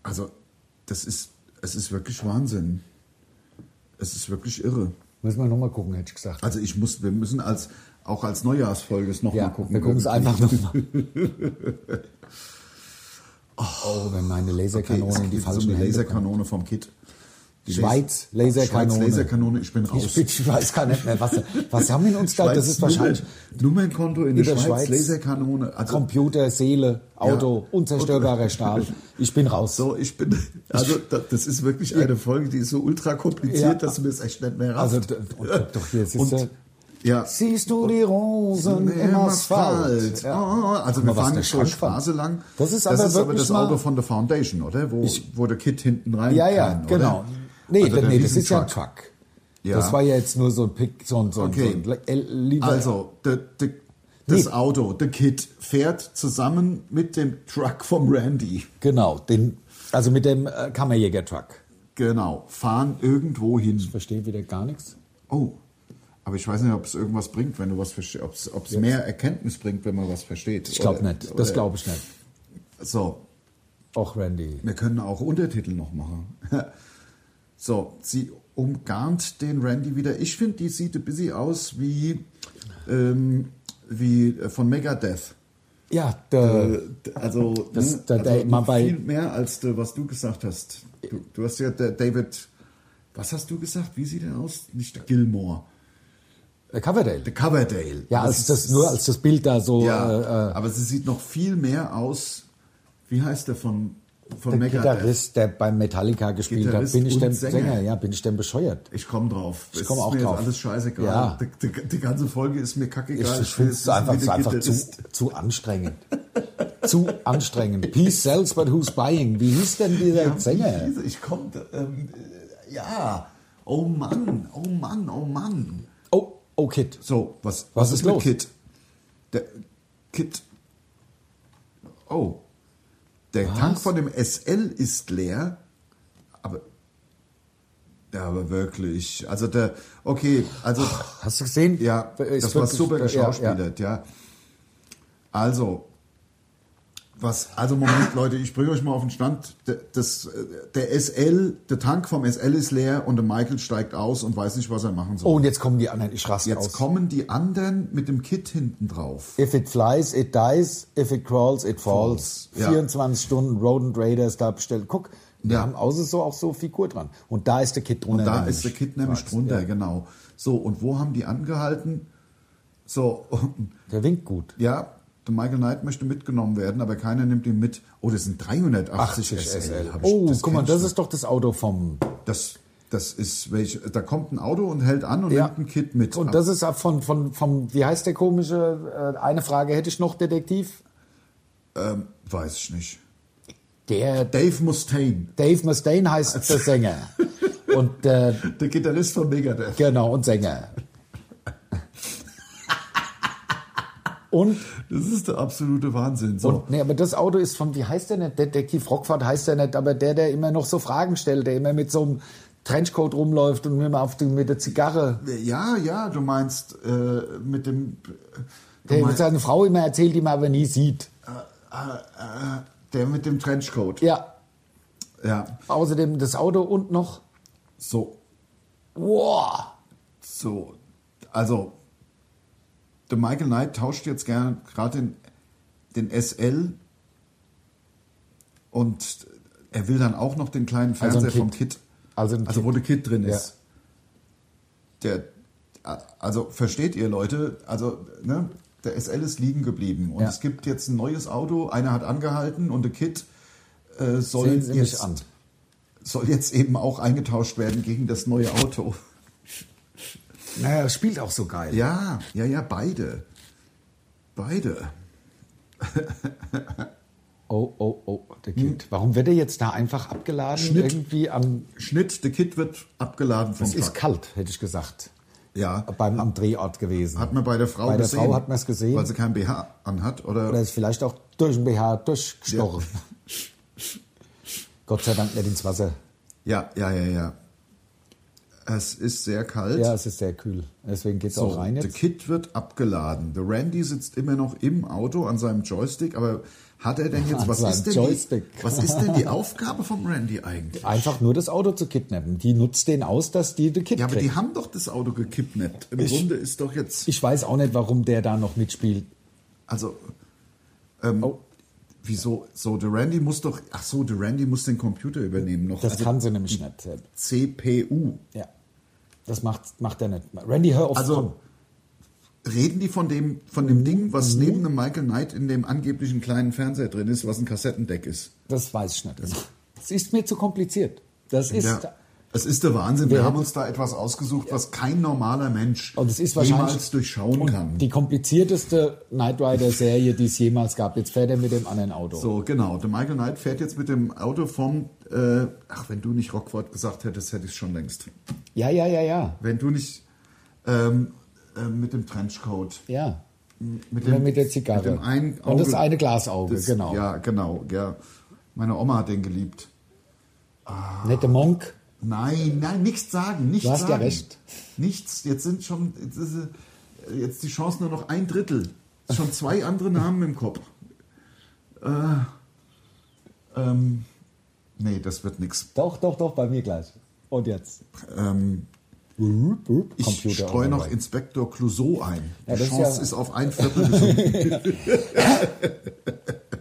[SPEAKER 2] Also, das ist es ist wirklich Wahnsinn. Es ist wirklich irre.
[SPEAKER 4] Müssen wir nochmal gucken, hätte ich gesagt.
[SPEAKER 2] Also, ich muss wir müssen als auch als Neujahrsfolge es noch
[SPEAKER 4] Ja,
[SPEAKER 2] mal gucken.
[SPEAKER 4] wir gucken es einfach nochmal.
[SPEAKER 2] *laughs*
[SPEAKER 4] oh, wenn meine
[SPEAKER 2] Okay,
[SPEAKER 4] Laserkanone
[SPEAKER 2] es
[SPEAKER 4] in die
[SPEAKER 2] geht um
[SPEAKER 4] falschen
[SPEAKER 2] die
[SPEAKER 4] Hände
[SPEAKER 2] Laserkanone vom Kid. Die
[SPEAKER 4] Schweiz,
[SPEAKER 2] Las-
[SPEAKER 4] Laserkanone.
[SPEAKER 2] Schweiz Laserkanone, ich bin raus.
[SPEAKER 4] kommt. Ich, bin, ich weiß gar nicht mehr, was, was haben wir in uns da? Das ist wahrscheinlich
[SPEAKER 2] Nummern- Nummernkonto in der
[SPEAKER 4] der
[SPEAKER 2] Schweiz,
[SPEAKER 4] Schweiz.
[SPEAKER 2] Laserkanone. Also,
[SPEAKER 4] Computer, Seele, Auto, unzerstörbarer Stahl. Ich bin raus.
[SPEAKER 2] So, ich bin,
[SPEAKER 4] *laughs*
[SPEAKER 2] also da- das ist wirklich eine Folge, die ist so ultra kompliziert,
[SPEAKER 4] Ja.
[SPEAKER 2] dass du mir es echt nicht mehr
[SPEAKER 4] Also,
[SPEAKER 2] rafft.
[SPEAKER 4] d- und, doch hier, siehst du,
[SPEAKER 2] Und- ja.
[SPEAKER 4] siehst du die Rosen im Asphalt. Ja.
[SPEAKER 2] Oh, also
[SPEAKER 4] Guck mal,
[SPEAKER 2] wir
[SPEAKER 4] was
[SPEAKER 2] fahren
[SPEAKER 4] der
[SPEAKER 2] jetzt schon
[SPEAKER 4] Schrank fand.
[SPEAKER 2] Straße lang.
[SPEAKER 4] Das ist
[SPEAKER 2] das
[SPEAKER 4] aber
[SPEAKER 2] ist aber
[SPEAKER 4] wirklich
[SPEAKER 2] das
[SPEAKER 4] mal-
[SPEAKER 2] Auto von der Foundation, oder? Wo, wo der Kid hinten rein
[SPEAKER 4] Ja, ja,
[SPEAKER 2] kann,
[SPEAKER 4] genau.
[SPEAKER 2] Oder?
[SPEAKER 4] Nee,
[SPEAKER 2] Also der
[SPEAKER 4] nee das ist ja ein
[SPEAKER 2] Riesentruck.
[SPEAKER 4] Truck.
[SPEAKER 2] Ja.
[SPEAKER 4] Das war ja jetzt nur so ein Pick, so ein, so ein,
[SPEAKER 2] Okay.
[SPEAKER 4] so ein L- lieber
[SPEAKER 2] Also, der- der- das
[SPEAKER 4] Nee.
[SPEAKER 2] Auto, der Kid, fährt zusammen mit dem Truck vom Randy.
[SPEAKER 4] Genau, den, also mit dem äh, Kammerjäger-Truck.
[SPEAKER 2] Genau, fahren irgendwo hin.
[SPEAKER 4] Verstehe wieder gar nichts.
[SPEAKER 2] Oh, Aber ich weiß nicht, ob es irgendwas bringt, wenn du was verstehst, ob es- ob es mehr Erkenntnis bringt, wenn man was versteht.
[SPEAKER 4] Ich glaube
[SPEAKER 2] Oder-
[SPEAKER 4] nicht. Das
[SPEAKER 2] oder-
[SPEAKER 4] glaube ich nicht.
[SPEAKER 2] So,
[SPEAKER 4] Och, Randy.
[SPEAKER 2] wir können auch Untertitel noch machen. *laughs* so, sie umgarnt den Randy wieder. Ich finde, die sieht ein bisschen aus wie, ähm, wie äh, von Megadeth.
[SPEAKER 4] Ja, der,
[SPEAKER 2] Äh, Also,
[SPEAKER 4] Das-
[SPEAKER 2] ne,
[SPEAKER 4] da- da
[SPEAKER 2] also
[SPEAKER 4] immer
[SPEAKER 2] noch
[SPEAKER 4] bei-
[SPEAKER 2] viel mehr als äh, was du gesagt hast. Du, du hast ja der David, was hast du gesagt? Wie sieht er aus? Nicht der Gilmore,
[SPEAKER 4] der Coverdale.
[SPEAKER 2] der Coverdale.
[SPEAKER 4] Ja, als das, nur als das Bild da so.
[SPEAKER 2] ja,
[SPEAKER 4] äh, äh,
[SPEAKER 2] aber sie sieht noch viel mehr aus. Wie heißt der von von
[SPEAKER 4] der
[SPEAKER 2] Megadeth?
[SPEAKER 4] Gitarrist, der beim Metallica gespielt
[SPEAKER 2] Gitarrist
[SPEAKER 4] hat, bin ich
[SPEAKER 2] und
[SPEAKER 4] denn
[SPEAKER 2] Sänger.
[SPEAKER 4] Sänger. ja, bin ich denn bescheuert?
[SPEAKER 2] Ich komme drauf.
[SPEAKER 4] Ich
[SPEAKER 2] Es
[SPEAKER 4] komm
[SPEAKER 2] ist
[SPEAKER 4] auch
[SPEAKER 2] mir
[SPEAKER 4] drauf.
[SPEAKER 2] Jetzt alles scheißegal.
[SPEAKER 4] Ja.
[SPEAKER 2] Die, die, die ganze Folge ist mir kackegal.
[SPEAKER 4] Ich, ich
[SPEAKER 2] will
[SPEAKER 4] finde es
[SPEAKER 2] wissen,
[SPEAKER 4] einfach,
[SPEAKER 2] wie
[SPEAKER 4] es ist
[SPEAKER 2] der
[SPEAKER 4] einfach zu,
[SPEAKER 2] Gitarrist-
[SPEAKER 4] zu anstrengend. zu anstrengend. Peace sells, but who's buying? Wie hieß denn dieser Sänger?
[SPEAKER 2] Diese- Ich komme. Ähm, äh, ja. Oh Mann. Oh Mann. Oh Mann.
[SPEAKER 4] Oh, oh Kid.
[SPEAKER 2] So, was,
[SPEAKER 4] Was ist los?
[SPEAKER 2] Kit? Der Kit. Oh. Der Tank von dem SL ist leer, aber ja, aber wirklich. Also der okay, also
[SPEAKER 4] Hast du gesehen?
[SPEAKER 2] ja,
[SPEAKER 4] Ist
[SPEAKER 2] das war
[SPEAKER 4] wirklich- äh,
[SPEAKER 2] super
[SPEAKER 4] ja, ja.
[SPEAKER 2] geschauspielert, ja. Also was
[SPEAKER 4] *laughs*
[SPEAKER 2] also Moment Leute, ich bringe euch mal auf den Stand, Der- das äh, der SL, der Tank vom SL ist leer und der Michael steigt aus und weiß nicht, was er machen soll.
[SPEAKER 4] Oh, und jetzt kommen die anderen. Ich raste
[SPEAKER 2] Jetzt
[SPEAKER 4] aus.
[SPEAKER 2] kommen die anderen mit dem Kit hinten drauf.
[SPEAKER 4] If it flies, it dies. If it crawls, it falls.
[SPEAKER 2] Falls, ja.
[SPEAKER 4] 24 Stunden Rodent Raiders da bestellt. Guck, wir
[SPEAKER 2] Ja.
[SPEAKER 4] haben außen so auch so Figur dran. Und da ist der Kid drunter.
[SPEAKER 2] Da
[SPEAKER 4] nämlich.
[SPEAKER 2] ist der Kit nämlich
[SPEAKER 4] Da ist-
[SPEAKER 2] drunter,
[SPEAKER 4] Ja.
[SPEAKER 2] genau. So, und wo haben die angehalten? So, *laughs*
[SPEAKER 4] Der winkt gut.
[SPEAKER 2] ja, der Michael Knight möchte mitgenommen werden, aber keiner nimmt ihn mit. Oh, das sind 380 SL. Hab ich-
[SPEAKER 4] Oh, guck mal,
[SPEAKER 2] kenn ich
[SPEAKER 4] das ist doch das Auto vom.
[SPEAKER 2] nicht. Das, das ist welche, da kommt ein Auto und hält an und
[SPEAKER 4] Ja.
[SPEAKER 2] nimmt einen Kit mit.
[SPEAKER 4] Und das ist auch von, von, vom, wie heißt der komische, äh, eine Frage hätte ich noch, Detektiv?
[SPEAKER 2] Weiß ich nicht.
[SPEAKER 4] Der
[SPEAKER 2] Dave Mustaine,
[SPEAKER 4] Dave Mustaine heißt der
[SPEAKER 2] *laughs*
[SPEAKER 4] Sänger. Und äh,
[SPEAKER 2] der Gitarrist von Megadeth.
[SPEAKER 4] genau, und Sänger. Und,
[SPEAKER 2] Das ist der absolute Wahnsinn. So.
[SPEAKER 4] und nee, aber das Auto ist von, wie heißt der nicht? Detektiv Rockfahrt heißt der nicht, aber der, der immer noch so Fragen stellt, der immer mit so einem Trenchcoat rumläuft und immer auf dem, mit der Zigarre
[SPEAKER 2] ja, ja, du meinst äh, mit dem. du
[SPEAKER 4] Der
[SPEAKER 2] meinst-
[SPEAKER 4] hat seine Frau immer erzählt, die man aber nie sieht.
[SPEAKER 2] Äh, äh, der mit dem Trenchcoat.
[SPEAKER 4] Ja,
[SPEAKER 2] Ja.
[SPEAKER 4] außerdem das Auto und noch.
[SPEAKER 2] So,
[SPEAKER 4] Wow.
[SPEAKER 2] so. Also, der Michael Knight tauscht jetzt gerne gerade den, den SL und er will dann auch noch den kleinen
[SPEAKER 4] Also ein
[SPEAKER 2] Fernseher vom
[SPEAKER 4] Kit.
[SPEAKER 2] Kit.
[SPEAKER 4] Also ein
[SPEAKER 2] Also,
[SPEAKER 4] Kit.
[SPEAKER 2] wo der Kit drin
[SPEAKER 4] Ja.
[SPEAKER 2] ist. Der, also, versteht ihr, Leute? Also, ne? Der SL ist liegen geblieben und
[SPEAKER 4] Ja.
[SPEAKER 2] es gibt jetzt ein neues Auto. Einer hat angehalten und der Kit äh, soll
[SPEAKER 4] Sehen Sie mich
[SPEAKER 2] jetzt
[SPEAKER 4] an.
[SPEAKER 2] soll jetzt eben auch eingetauscht werden gegen das neue Auto.
[SPEAKER 4] Naja, spielt auch so geil.
[SPEAKER 2] Ja, ja, ja, beide. Beide.
[SPEAKER 4] Oh, oh, oh, der Kind. Warum wird er jetzt da einfach abgeladen?
[SPEAKER 2] Hm? Schnitt.
[SPEAKER 4] Irgendwie am.
[SPEAKER 2] Schnitt, der Kit wird abgeladen vom
[SPEAKER 4] Es ist
[SPEAKER 2] Truck.
[SPEAKER 4] kalt, hätte ich gesagt.
[SPEAKER 2] Ja,
[SPEAKER 4] Beim am Drehort gewesen.
[SPEAKER 2] hat man bei der Frau
[SPEAKER 4] Bei der
[SPEAKER 2] gesehen.
[SPEAKER 4] Frau hat man es gesehen.
[SPEAKER 2] Weil sie kein BH anhat oder,
[SPEAKER 4] Oder ist vielleicht auch durch den BH durchgestochen. *laughs* Gott sei Dank nicht ins Wasser.
[SPEAKER 2] Ja, ja, ja, ja. Es ist sehr kalt.
[SPEAKER 4] Ja, es ist sehr kühl. Deswegen geht es auch rein
[SPEAKER 2] der
[SPEAKER 4] jetzt.
[SPEAKER 2] Kit wird abgeladen. Der Randy sitzt immer noch im Auto an seinem Joystick, aber hat er denn jetzt,
[SPEAKER 4] An
[SPEAKER 2] was
[SPEAKER 4] seinem
[SPEAKER 2] ist denn,
[SPEAKER 4] Joystick.
[SPEAKER 2] Die, was ist denn die Aufgabe vom Randy eigentlich?
[SPEAKER 4] Einfach nur das Auto zu kidnappen. Die nutzt den aus, dass die den Kid
[SPEAKER 2] Ja, aber
[SPEAKER 4] kriegt.
[SPEAKER 2] die haben doch das Auto gekidnappt. Im Grunde ist doch jetzt.
[SPEAKER 4] Ich weiß auch nicht, warum der da noch mitspielt.
[SPEAKER 2] Also, ähm,
[SPEAKER 4] Oh.
[SPEAKER 2] wieso? So, der Randy muss doch. Ach so, der Randy muss den Computer übernehmen noch.
[SPEAKER 4] Das
[SPEAKER 2] also
[SPEAKER 4] kann sie nämlich nicht.
[SPEAKER 2] CPU.
[SPEAKER 4] Ja. Das macht, macht er nicht. Randy, hör auf. komm.
[SPEAKER 2] Also, reden die von dem, von dem Ding, was
[SPEAKER 4] Mhm.
[SPEAKER 2] neben dem Michael Knight in dem angeblichen kleinen Fernseher drin ist, was ein Kassettendeck ist?
[SPEAKER 4] das weiß ich nicht. Es ist mir zu kompliziert. Das ist.
[SPEAKER 2] Ja. Es ist der Wahnsinn.
[SPEAKER 4] Wer
[SPEAKER 2] Wir haben
[SPEAKER 4] hat-
[SPEAKER 2] uns da etwas ausgesucht, was kein normaler Mensch
[SPEAKER 4] Und es ist wahrscheinlich
[SPEAKER 2] jemals durchschauen kann.
[SPEAKER 4] die komplizierteste Knight Rider-Serie, die es jemals gab. Jetzt fährt er mit dem anderen Auto.
[SPEAKER 2] So, genau. Der Michael Knight fährt jetzt mit dem Auto vom. Äh, ach, wenn du nicht Rockwort gesagt hättest, hätte ich es schon längst.
[SPEAKER 4] Ja, ja, ja, ja.
[SPEAKER 2] Wenn du nicht ähm, ähm, mit dem Trenchcoat,
[SPEAKER 4] Ja.
[SPEAKER 2] mit
[SPEAKER 4] Oder mit der Zigarre.
[SPEAKER 2] mit dem einen Auge,
[SPEAKER 4] Und das eine Glasauge,
[SPEAKER 2] das-
[SPEAKER 4] genau.
[SPEAKER 2] Ja, genau, ja. Meine Oma hat den geliebt.
[SPEAKER 4] Nette Monk.
[SPEAKER 2] Nein, nein, nichts sagen, nichts
[SPEAKER 4] Du hast ja
[SPEAKER 2] sagen.
[SPEAKER 4] recht.
[SPEAKER 2] Nichts. Jetzt sind schon jetzt, ist, äh, jetzt die Chance nur noch ein Drittel. Schon zwei andere Namen im Kopf. Äh, ähm, nee, das wird nichts.
[SPEAKER 4] Doch, doch, doch, bei mir gleich. Und jetzt.
[SPEAKER 2] Ähm,
[SPEAKER 4] Rup, rup,
[SPEAKER 2] ich
[SPEAKER 4] Computer
[SPEAKER 2] streue noch
[SPEAKER 4] online.
[SPEAKER 2] Inspektor Clouseau ein. Die
[SPEAKER 4] Ja, das ist
[SPEAKER 2] Chance ist,
[SPEAKER 4] ja-
[SPEAKER 2] auf ein Viertel gesunken. *laughs*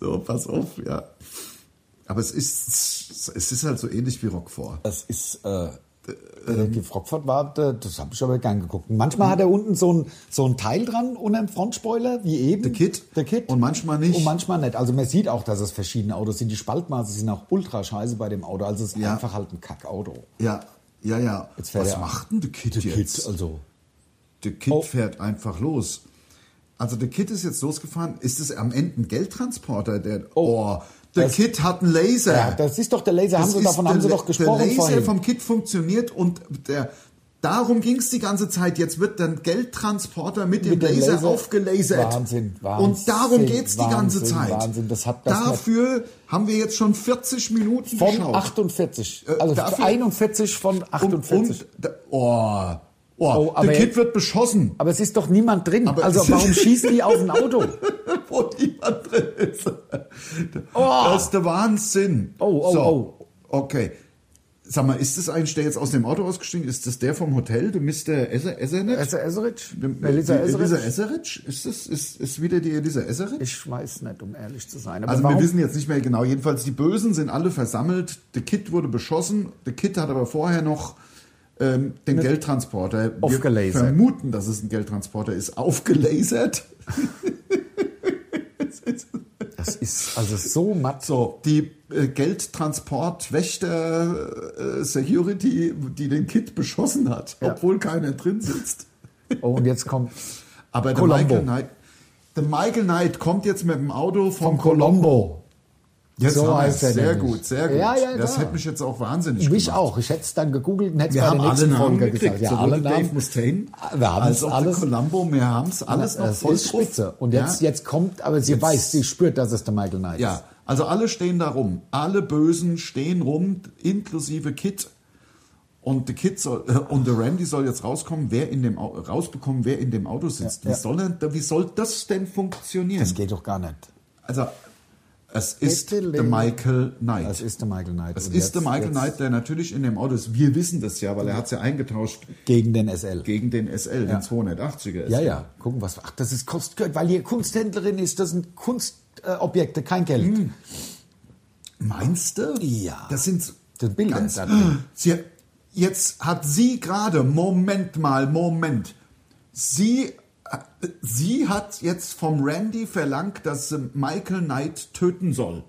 [SPEAKER 2] so, pass auf, ja. Aber es ist, es ist halt so ähnlich wie Roquefort.
[SPEAKER 4] Das ist. Äh,
[SPEAKER 2] ähm.
[SPEAKER 4] die Frockford war, äh, das habe ich aber gern geguckt. Manchmal hat er unten so ein, so ein Teil dran unter dem Frontspoiler, wie eben.
[SPEAKER 2] Der Kit.
[SPEAKER 4] Der Kit.
[SPEAKER 2] Und manchmal nicht.
[SPEAKER 4] Und manchmal nicht. Also man sieht auch, dass es verschiedene Autos sind. Die Spaltmaße sind auch ultra scheiße bei dem Auto. Also es ist
[SPEAKER 2] Ja.
[SPEAKER 4] einfach halt ein Kackauto.
[SPEAKER 2] Ja, ja, ja.
[SPEAKER 4] Jetzt fährt
[SPEAKER 2] Was
[SPEAKER 4] er-
[SPEAKER 2] macht denn der Kid jetzt?
[SPEAKER 4] also.
[SPEAKER 2] Der Kid
[SPEAKER 4] Oh.
[SPEAKER 2] fährt einfach los. Also der Kid ist jetzt losgefahren. Ist es am Ende ein Geldtransporter? Der, oh, der
[SPEAKER 4] Das-
[SPEAKER 2] Kid hat einen Laser.
[SPEAKER 4] Ja, das ist doch der Laser, haben
[SPEAKER 2] Das
[SPEAKER 4] sie,
[SPEAKER 2] ist
[SPEAKER 4] davon haben sie
[SPEAKER 2] der-
[SPEAKER 4] doch gesprochen
[SPEAKER 2] Der Laser
[SPEAKER 4] vorhin.
[SPEAKER 2] vom Kit funktioniert und der, darum ging es die ganze Zeit. Jetzt wird dann Geldtransporter mit,
[SPEAKER 4] Mit
[SPEAKER 2] dem
[SPEAKER 4] dem
[SPEAKER 2] Laser,
[SPEAKER 4] Laser.
[SPEAKER 2] aufgelasert.
[SPEAKER 4] Wahnsinn,
[SPEAKER 2] Und darum
[SPEAKER 4] Wahnsinn,
[SPEAKER 2] geht es die ganze
[SPEAKER 4] Wahnsinn,
[SPEAKER 2] Zeit.
[SPEAKER 4] Wahnsinn. Das hat- das
[SPEAKER 2] Dafür haben wir jetzt schon 40 Minuten
[SPEAKER 4] Von
[SPEAKER 2] geschaut.
[SPEAKER 4] 48.
[SPEAKER 2] Äh,
[SPEAKER 4] Also
[SPEAKER 2] dafür-
[SPEAKER 4] 41 von 48.
[SPEAKER 2] Und, und, da, oh, oh,
[SPEAKER 4] Oh, aber
[SPEAKER 2] der Kid
[SPEAKER 4] jetzt-
[SPEAKER 2] wird beschossen.
[SPEAKER 4] aber es ist doch niemand drin.
[SPEAKER 2] Aber
[SPEAKER 4] also
[SPEAKER 2] es-
[SPEAKER 4] warum schießen die auf ein
[SPEAKER 2] *laughs*
[SPEAKER 4] Auto?
[SPEAKER 2] Wo niemand drin ist.
[SPEAKER 4] Oh.
[SPEAKER 2] Das ist der Wahnsinn.
[SPEAKER 4] Oh, oh,
[SPEAKER 2] so, Okay. Sag mal, ist das eigentlich der jetzt aus dem Auto ausgestiegen? Ist das der vom Hotel, der Mr. Esser, Essernet?
[SPEAKER 4] Elsa Eserich?
[SPEAKER 2] Dem-
[SPEAKER 4] Elisa
[SPEAKER 2] die Elisa
[SPEAKER 4] Eserich?
[SPEAKER 2] Esserich? Ist das ist, ist wieder die Elisa Esserich?
[SPEAKER 4] Ich weiß nicht, um ehrlich zu sein. Aber
[SPEAKER 2] Also
[SPEAKER 4] warum?
[SPEAKER 2] wir wissen jetzt nicht mehr genau. Jedenfalls die Bösen sind alle versammelt. Der Kid wurde beschossen. Der Kid hat aber vorher noch ähm, den Geldtransporter. Wir
[SPEAKER 4] Aufgelasert.
[SPEAKER 2] vermuten, dass es ein Geldtransporter ist. Aufgelasert.
[SPEAKER 4] das ist also so matt.
[SPEAKER 2] So, die äh, Geldtransportwächter äh, Security, die den Kid beschossen hat,
[SPEAKER 4] Ja.
[SPEAKER 2] obwohl keiner drin sitzt.
[SPEAKER 4] Oh, und jetzt kommt
[SPEAKER 2] Aber der
[SPEAKER 4] Colombo.
[SPEAKER 2] Michael, Knight, der Michael Knight kommt jetzt mit dem Auto vom,
[SPEAKER 4] Colombo.
[SPEAKER 2] Jetzt
[SPEAKER 4] So
[SPEAKER 2] haben
[SPEAKER 4] heißt
[SPEAKER 2] wir's.
[SPEAKER 4] er
[SPEAKER 2] Sehr
[SPEAKER 4] nämlich.
[SPEAKER 2] gut, sehr gut.
[SPEAKER 4] Ja, ja,
[SPEAKER 2] das
[SPEAKER 4] ja.
[SPEAKER 2] hätte mich jetzt auch wahnsinnig
[SPEAKER 4] Mich
[SPEAKER 2] gemacht.
[SPEAKER 4] auch. Ich hätte es dann gegoogelt und hätte es
[SPEAKER 2] Wir
[SPEAKER 4] bei
[SPEAKER 2] haben
[SPEAKER 4] der
[SPEAKER 2] alle
[SPEAKER 4] nächsten
[SPEAKER 2] Namen
[SPEAKER 4] Folge
[SPEAKER 2] gekriegt.
[SPEAKER 4] gesagt. Ja,
[SPEAKER 2] sowohl
[SPEAKER 4] alle
[SPEAKER 2] der Dave
[SPEAKER 4] Namen.
[SPEAKER 2] Mustaine
[SPEAKER 4] Wir haben
[SPEAKER 2] als
[SPEAKER 4] es
[SPEAKER 2] auch
[SPEAKER 4] alles.
[SPEAKER 2] der Columbo. Wir haben es alles noch
[SPEAKER 4] Das
[SPEAKER 2] voll
[SPEAKER 4] ist
[SPEAKER 2] drauf.
[SPEAKER 4] spitze. Und jetzt,
[SPEAKER 2] ja?
[SPEAKER 4] jetzt kommt, aber sie weiß, sie spürt, dass es der Michael Knight
[SPEAKER 2] Ja, also alle stehen da rum. Alle Bösen stehen rum, inklusive Kit. Und der Kid soll, äh, und der Randy soll jetzt rauskommen, wer in dem Au rausbekommen, wer in dem Auto sitzt.
[SPEAKER 4] Ja,
[SPEAKER 2] wie,
[SPEAKER 4] ja.
[SPEAKER 2] Soll denn, wie soll das denn funktionieren?
[SPEAKER 4] ist. Das geht doch gar nicht.
[SPEAKER 2] also es ist
[SPEAKER 4] Bitte,
[SPEAKER 2] der Michael Knight.
[SPEAKER 4] Das ist der Michael Knight.
[SPEAKER 2] Das
[SPEAKER 4] Und
[SPEAKER 2] ist der
[SPEAKER 4] jetzt-
[SPEAKER 2] Michael
[SPEAKER 4] jetzt
[SPEAKER 2] Knight, der natürlich in dem Auto ist. Wir wissen das ja, weil er hat es ja eingetauscht
[SPEAKER 4] Gegen den SL.
[SPEAKER 2] gegen den SL, den 280er SL.
[SPEAKER 4] Ja, ja. Gucken, was. Ach, das ist Kunstgeld, weil hier Kunsthändlerin ist. Das sind Kunstobjekte, kein Geld.
[SPEAKER 2] Meinst du?
[SPEAKER 4] Ja.
[SPEAKER 2] Hm. Das sind so
[SPEAKER 4] Das Bild
[SPEAKER 2] ganz,
[SPEAKER 4] ist da drin.
[SPEAKER 2] sie, Jetzt hat sie gerade, Moment mal, Moment. Sie, äh, sie hat jetzt vom Randy verlangt, dass sie Michael Knight töten soll.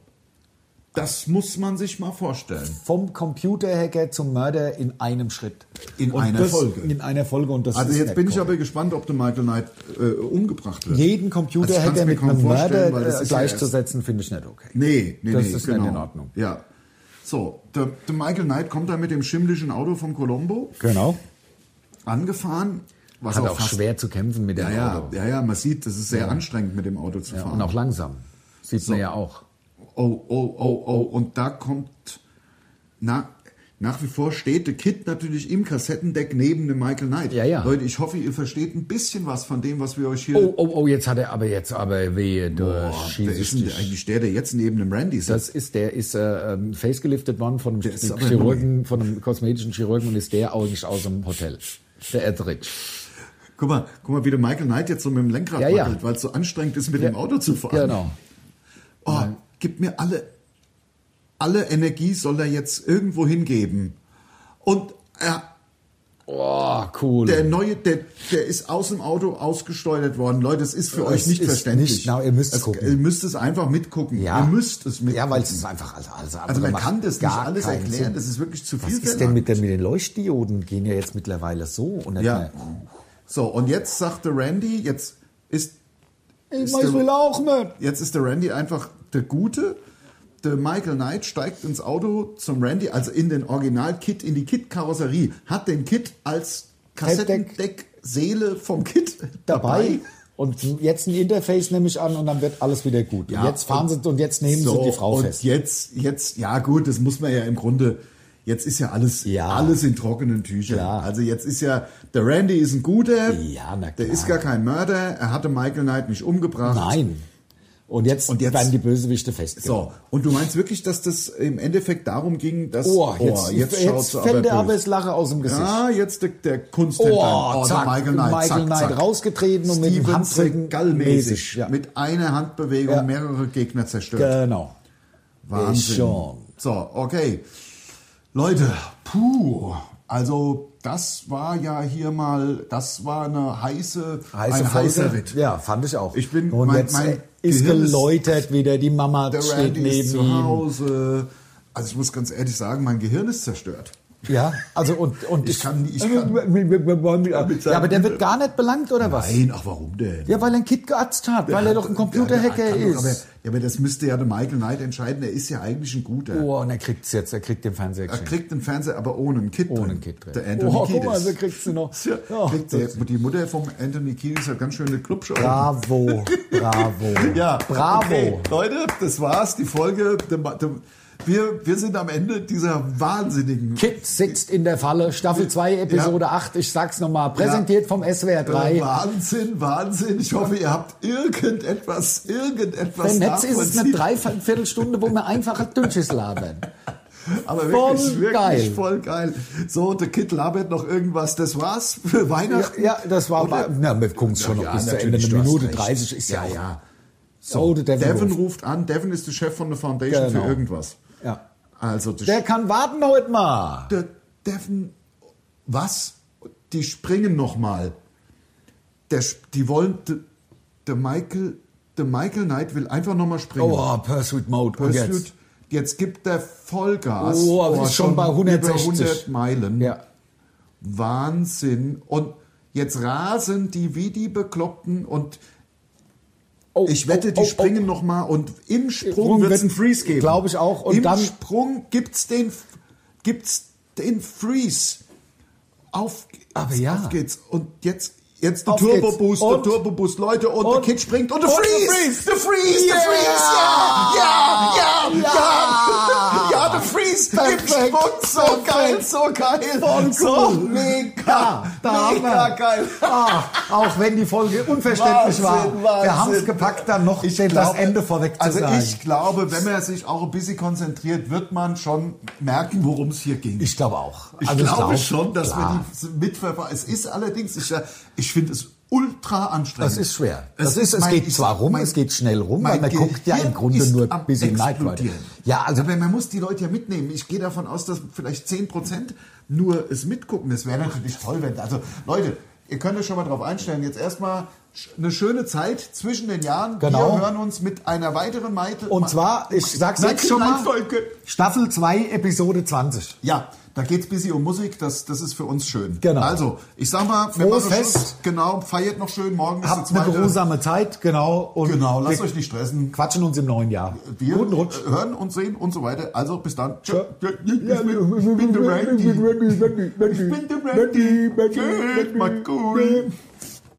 [SPEAKER 2] Das muss man sich mal vorstellen.
[SPEAKER 4] Vom Computerhacker zum Mörder in einem Schritt.
[SPEAKER 2] In einer
[SPEAKER 4] das,
[SPEAKER 2] Folge.
[SPEAKER 4] In einer Folge. Und das
[SPEAKER 2] Also
[SPEAKER 4] ist
[SPEAKER 2] jetzt
[SPEAKER 4] nicht
[SPEAKER 2] bin ich
[SPEAKER 4] korrekt.
[SPEAKER 2] aber gespannt, ob der Michael Knight äh, umgebracht wird.
[SPEAKER 4] Jeden
[SPEAKER 2] Also ich kann's
[SPEAKER 4] Computerhacker
[SPEAKER 2] mir
[SPEAKER 4] mit
[SPEAKER 2] kaum
[SPEAKER 4] einem
[SPEAKER 2] vorstellen, weil
[SPEAKER 4] Mörder
[SPEAKER 2] das
[SPEAKER 4] äh,
[SPEAKER 2] ist ja
[SPEAKER 4] gleichzusetzen, finde ich nicht okay.
[SPEAKER 2] Nee, nee,
[SPEAKER 4] Das
[SPEAKER 2] nee,
[SPEAKER 4] ist
[SPEAKER 2] genau.
[SPEAKER 4] nicht in Ordnung.
[SPEAKER 2] Ja. So, der, der Michael Knight kommt da mit dem schimmlischen Auto von Colombo
[SPEAKER 4] Genau.
[SPEAKER 2] angefahren. Was
[SPEAKER 4] Hat auch
[SPEAKER 2] fast-
[SPEAKER 4] Also schwer zu kämpfen mit dem
[SPEAKER 2] Ja, ja,
[SPEAKER 4] Auto.
[SPEAKER 2] ja, ja, man sieht, das ist sehr anstrengend, mit dem Auto zu fahren.
[SPEAKER 4] Und auch langsam. Sieht man ja auch.
[SPEAKER 2] Oh, oh, oh, oh. Und da kommt, na, nach wie vor steht der Kid natürlich im Kassettendeck neben dem Michael Knight.
[SPEAKER 4] Ja, ja.
[SPEAKER 2] Leute, ich hoffe, ihr versteht ein bisschen was von dem, was wir euch hier...
[SPEAKER 4] Oh, oh, oh, jetzt hat er aber jetzt aber wehe, du
[SPEAKER 2] Boah, wer ist denn der
[SPEAKER 4] schießt
[SPEAKER 2] eigentlich der, der jetzt neben dem Randy sitzt?
[SPEAKER 4] das ist, der ist äh, ähm, facegeliftet worden von einem
[SPEAKER 2] Der ist aber
[SPEAKER 4] Chirurgen, von einem kosmetischen Chirurgen und ist der eigentlich aus dem Hotel. Der Edrich.
[SPEAKER 2] guck, mal, guck mal, wie der Michael Knight jetzt so mit dem Lenkrad
[SPEAKER 4] Ja, ja.
[SPEAKER 2] wackelt, weil es so anstrengend ist, mit dem Auto zu fahren.
[SPEAKER 4] Genau.
[SPEAKER 2] Oh, gib mir alle, alle Energie soll er jetzt irgendwo hingeben. Und er,
[SPEAKER 4] Oh, cool.
[SPEAKER 2] der neue, der, der ist aus dem Auto ausgesteuert worden. Leute, das ist für
[SPEAKER 4] Das
[SPEAKER 2] euch nicht
[SPEAKER 4] ist
[SPEAKER 2] verständlich.
[SPEAKER 4] nicht- na, ihr müsst
[SPEAKER 2] es
[SPEAKER 4] gucken.
[SPEAKER 2] Ihr müsst es einfach mitgucken.
[SPEAKER 4] ja.
[SPEAKER 2] Ihr müsst es mitgucken.
[SPEAKER 4] Ja, weil es ist einfach also, also,
[SPEAKER 2] also man
[SPEAKER 4] macht
[SPEAKER 2] kann das nicht
[SPEAKER 4] gar
[SPEAKER 2] alles
[SPEAKER 4] keinen
[SPEAKER 2] erklären.
[SPEAKER 4] Sinn.
[SPEAKER 2] Das ist wirklich zu viel.
[SPEAKER 4] Was ist denn
[SPEAKER 2] verlangt.
[SPEAKER 4] mit, den- mit den Leuchtdioden? Gehen ja jetzt mittlerweile so. Und nicht
[SPEAKER 2] ja.
[SPEAKER 4] mehr-
[SPEAKER 2] So, und jetzt sagte Randy, jetzt ist
[SPEAKER 4] Ich
[SPEAKER 2] Ist
[SPEAKER 4] weiß,
[SPEAKER 2] der-
[SPEAKER 4] will auch nicht.
[SPEAKER 2] Jetzt ist der Randy einfach der Gute. Der Michael Knight steigt ins Auto zum Randy, also in den Original-Kit, in die Kit-Karosserie, hat den Kit als Kassettendeck-Seele vom Kit
[SPEAKER 4] dabei. Und jetzt ein Interface nehme ich an und dann wird alles wieder gut.
[SPEAKER 2] Ja,
[SPEAKER 4] und jetzt fahren sie und jetzt nehmen
[SPEAKER 2] So,
[SPEAKER 4] sie die Frau
[SPEAKER 2] und
[SPEAKER 4] fest.
[SPEAKER 2] jetzt, jetzt, ja gut, das muss man ja im Grunde, Jetzt ist ja alles,
[SPEAKER 4] Ja.
[SPEAKER 2] alles in trockenen Tüchern.
[SPEAKER 4] Klar.
[SPEAKER 2] Also jetzt ist ja, der Randy ist ein guter.
[SPEAKER 4] Ja, na
[SPEAKER 2] Der
[SPEAKER 4] klar.
[SPEAKER 2] ist gar kein Mörder. Er hatte Michael Knight nicht umgebracht.
[SPEAKER 4] Nein. Und jetzt,
[SPEAKER 2] Und jetzt-
[SPEAKER 4] werden die Bösewichte festgenommen.
[SPEAKER 2] So, und du meinst wirklich, dass das im Endeffekt darum ging, dass
[SPEAKER 4] Oh, jetzt, jetzt,
[SPEAKER 2] jetzt schaut's
[SPEAKER 4] fände aber
[SPEAKER 2] böse.
[SPEAKER 4] das Lache aus dem Gesicht.
[SPEAKER 2] Ah, jetzt der, der Kunsthändler.
[SPEAKER 4] Oh,
[SPEAKER 2] der
[SPEAKER 4] zack,
[SPEAKER 2] Michael Knight, zack, zack.
[SPEAKER 4] rausgetreten und mit dem
[SPEAKER 2] Steven
[SPEAKER 4] Handrücken
[SPEAKER 2] Seagal-mäßig.
[SPEAKER 4] mäßig, ja.
[SPEAKER 2] Mit einer Handbewegung
[SPEAKER 4] Ja.
[SPEAKER 2] mehrere Gegner zerstört.
[SPEAKER 4] Genau.
[SPEAKER 2] Wahnsinn.
[SPEAKER 4] schon.
[SPEAKER 2] So, okay. Leute, puh. Also, das war ja hier mal, das war eine heiße,
[SPEAKER 4] Heiße
[SPEAKER 2] ein
[SPEAKER 4] Folge.
[SPEAKER 2] heißer Ritt.
[SPEAKER 4] Ja, fand ich auch.
[SPEAKER 2] Ich bin-
[SPEAKER 4] und
[SPEAKER 2] mein-
[SPEAKER 4] jetzt
[SPEAKER 2] mein
[SPEAKER 4] ist
[SPEAKER 2] Gehirn ist-
[SPEAKER 4] geläutert wieder, die Mama
[SPEAKER 2] Der
[SPEAKER 4] steht
[SPEAKER 2] Randy ist
[SPEAKER 4] neben
[SPEAKER 2] zu
[SPEAKER 4] ihm.
[SPEAKER 2] Hause. Also, ich muss ganz ehrlich sagen, mein Gehirn ist zerstört.
[SPEAKER 4] Ja, also und, und ich,
[SPEAKER 2] kann nie- ich
[SPEAKER 4] kann ja, aber der wird gar nicht belangt oder was?
[SPEAKER 2] Nein, ach, warum denn?
[SPEAKER 4] Ja, weil er ein Kind geatzt hat, weil er doch ein
[SPEAKER 2] Ja,
[SPEAKER 4] Computerhacker
[SPEAKER 2] der kann doch,
[SPEAKER 4] ist.
[SPEAKER 2] Aber, ja, aber das müsste ja der Michael Knight entscheiden. Er ist ja eigentlich ein guter.
[SPEAKER 4] Oh, und er kriegt's jetzt, er kriegt den Fernseher
[SPEAKER 2] Er
[SPEAKER 4] geschenkt.
[SPEAKER 2] kriegt den Fernseher, aber ohne einen Kid
[SPEAKER 4] Ohne
[SPEAKER 2] drin.
[SPEAKER 4] einen Kid drin.
[SPEAKER 2] Äh, Der Anthony
[SPEAKER 4] oh,
[SPEAKER 2] Kiedis.
[SPEAKER 4] guck mal, so kriegst du
[SPEAKER 2] *laughs*
[SPEAKER 4] noch. Oh.
[SPEAKER 2] Tja,
[SPEAKER 4] Ja.
[SPEAKER 2] kriegt der, die Mutter vom Anthony Kiedis hat ganz schöne Klubschau.
[SPEAKER 4] Bravo, bravo.
[SPEAKER 2] *laughs* Ja,
[SPEAKER 4] bravo.
[SPEAKER 2] Okay. Leute, das war's, die Folge. Der Ma- der- Wir, wir sind am Ende dieser wahnsinnigen... äh,
[SPEAKER 4] Kid sitzt in der Falle, Staffel 2, Episode 8, ich sag's nochmal, präsentiert vom SWR 3.
[SPEAKER 2] Äh, Wahnsinn, Wahnsinn. Ich hoffe, ihr habt irgendetwas, irgendetwas
[SPEAKER 4] Denn jetzt ist es eine
[SPEAKER 2] nachvollziehen-
[SPEAKER 4] Dreiviertelstunde, wo wir einfach ein Dünnschiss
[SPEAKER 2] *laughs*
[SPEAKER 4] labern.
[SPEAKER 2] Aber
[SPEAKER 4] Voll
[SPEAKER 2] wirklich, wirklich
[SPEAKER 4] geil.
[SPEAKER 2] voll geil. So, der Kid labert noch irgendwas. Das war's für
[SPEAKER 4] Ja,
[SPEAKER 2] Weihnachten.
[SPEAKER 4] ja, das war.
[SPEAKER 2] Oder-
[SPEAKER 4] Bei, äh, na, wir gucken es schon
[SPEAKER 2] Ja,
[SPEAKER 4] noch bis zu Ende.
[SPEAKER 2] natürlich,
[SPEAKER 4] Eine
[SPEAKER 2] du hast
[SPEAKER 4] Minute
[SPEAKER 2] recht.
[SPEAKER 4] 30 ist ja,
[SPEAKER 2] Ja,
[SPEAKER 4] auch.
[SPEAKER 2] ja.
[SPEAKER 4] So, der Devin,
[SPEAKER 2] Devin
[SPEAKER 4] ruft.
[SPEAKER 2] ruft an. Devin ist der Chef von der Foundation
[SPEAKER 4] Genau.
[SPEAKER 2] für irgendwas.
[SPEAKER 4] Ja.
[SPEAKER 2] Also der,
[SPEAKER 4] Der kann warten heute mal.
[SPEAKER 2] der Devin, was? Die springen noch mal. Der, sp- die wollen, der, der Michael, der Michael Knight will einfach noch mal springen.
[SPEAKER 4] Oh, Pursuit Mode. Und
[SPEAKER 2] Genau. Pursuit,
[SPEAKER 4] jetzt?
[SPEAKER 2] jetzt. gibt der Vollgas.
[SPEAKER 4] Oh, aber ist schon bei 160.
[SPEAKER 2] Über 100 Meilen.
[SPEAKER 4] Ja.
[SPEAKER 2] Wahnsinn. Und jetzt rasen die wie die Bekloppten und
[SPEAKER 4] Oh,
[SPEAKER 2] ich wette, die
[SPEAKER 4] oh, oh,
[SPEAKER 2] springen
[SPEAKER 4] oh.
[SPEAKER 2] noch mal und im
[SPEAKER 4] Sprung
[SPEAKER 2] Sprung wird es einen
[SPEAKER 4] wird-
[SPEAKER 2] Freeze geben.
[SPEAKER 4] glaub ich auch. Und
[SPEAKER 2] Im
[SPEAKER 4] dann-
[SPEAKER 2] Sprung gibt's den, gibt's den Freeze. Auf,
[SPEAKER 4] Aber ja.
[SPEAKER 2] auf geht's. Und jetzt, jetzt der
[SPEAKER 4] Auf geht's.
[SPEAKER 2] Turboboost, der
[SPEAKER 4] Und-
[SPEAKER 2] Turboboost, Leute, und, der
[SPEAKER 4] und-
[SPEAKER 2] Kid springt und der
[SPEAKER 4] und der
[SPEAKER 2] Freeze!
[SPEAKER 4] Freeze.
[SPEAKER 2] Der Freeze, der
[SPEAKER 4] Yeah.
[SPEAKER 2] Freeze, ja! Ja! Ja! Ja,
[SPEAKER 4] Ja.
[SPEAKER 2] ja *laughs* der Freeze! Im
[SPEAKER 4] Perfekt.
[SPEAKER 2] Sprung, so
[SPEAKER 4] Perfekt.
[SPEAKER 2] geil, so geil!
[SPEAKER 4] Voll
[SPEAKER 2] So
[SPEAKER 4] cool.
[SPEAKER 2] mega!
[SPEAKER 4] Da haben
[SPEAKER 2] mega
[SPEAKER 4] wir.
[SPEAKER 2] geil!
[SPEAKER 4] Ah, auch wenn die Folge unverständlich
[SPEAKER 2] Wahnsinn,
[SPEAKER 4] war.
[SPEAKER 2] Wahnsinn.
[SPEAKER 4] Wir haben es gepackt, dann noch den- das
[SPEAKER 2] glaube-
[SPEAKER 4] Ende vorweg zu
[SPEAKER 2] also
[SPEAKER 4] sagen.
[SPEAKER 2] ich glaube, wenn man sich auch ein bisschen konzentriert, wird man schon merken, worum es hier ging.
[SPEAKER 4] Ich glaube auch.
[SPEAKER 2] Ich
[SPEAKER 4] Also
[SPEAKER 2] glaube
[SPEAKER 4] glaub-
[SPEAKER 2] schon, dass
[SPEAKER 4] klar.
[SPEAKER 2] wir die mitverfolgen. Es ist allerdings, ich, ich finde es ultra anstrengend.
[SPEAKER 4] Das ist schwer. Das
[SPEAKER 2] Es-
[SPEAKER 4] ist, es
[SPEAKER 2] mein-
[SPEAKER 4] geht
[SPEAKER 2] ich-
[SPEAKER 4] zwar rum,
[SPEAKER 2] mein-
[SPEAKER 4] es geht schnell rum,
[SPEAKER 2] mein
[SPEAKER 4] weil man guckt ja
[SPEAKER 2] Gehirn
[SPEAKER 4] im Grunde
[SPEAKER 2] ist
[SPEAKER 4] nur
[SPEAKER 2] am
[SPEAKER 4] ein bisschen Night Rider.
[SPEAKER 2] explodieren.
[SPEAKER 4] Ja, also
[SPEAKER 2] Aber man muss die Leute ja mitnehmen. Ich gehe davon aus, dass vielleicht 10% nur es mitgucken. Das wäre natürlich toll, wenn. Also, Leute, ihr könnt euch schon mal drauf einstellen. Jetzt erstmal sch- eine schöne Zeit zwischen den Jahren.
[SPEAKER 4] Genau.
[SPEAKER 2] Wir hören uns mit einer weiteren Meite.
[SPEAKER 4] Und zwar, ich sag's
[SPEAKER 2] Nein,
[SPEAKER 4] jetzt schon mal,
[SPEAKER 2] nein, Volke.
[SPEAKER 4] Staffel 2, Episode 20.
[SPEAKER 2] Ja, da geht's ein bisschen um Musik, das, das ist für uns schön.
[SPEAKER 4] Genau.
[SPEAKER 2] Also, ich sag mal, wir
[SPEAKER 4] Frohes
[SPEAKER 2] machen Schluss.
[SPEAKER 4] Fest.
[SPEAKER 2] Genau, feiert noch schön, morgen ist
[SPEAKER 4] Habt
[SPEAKER 2] die
[SPEAKER 4] eine
[SPEAKER 2] zweite.
[SPEAKER 4] geruhsame Zeit, genau. Und
[SPEAKER 2] Genau, lasst
[SPEAKER 4] wir
[SPEAKER 2] euch nicht stressen.
[SPEAKER 4] quatschen uns im neuen Jahr.
[SPEAKER 2] Wir
[SPEAKER 4] Guten Rutsch.
[SPEAKER 2] äh, hören und sehen und so weiter. Also, bis dann. Tschö.
[SPEAKER 4] Ja.
[SPEAKER 2] Ich bin der Randy. Ich bin der Randy. Tschüss, macht's gut.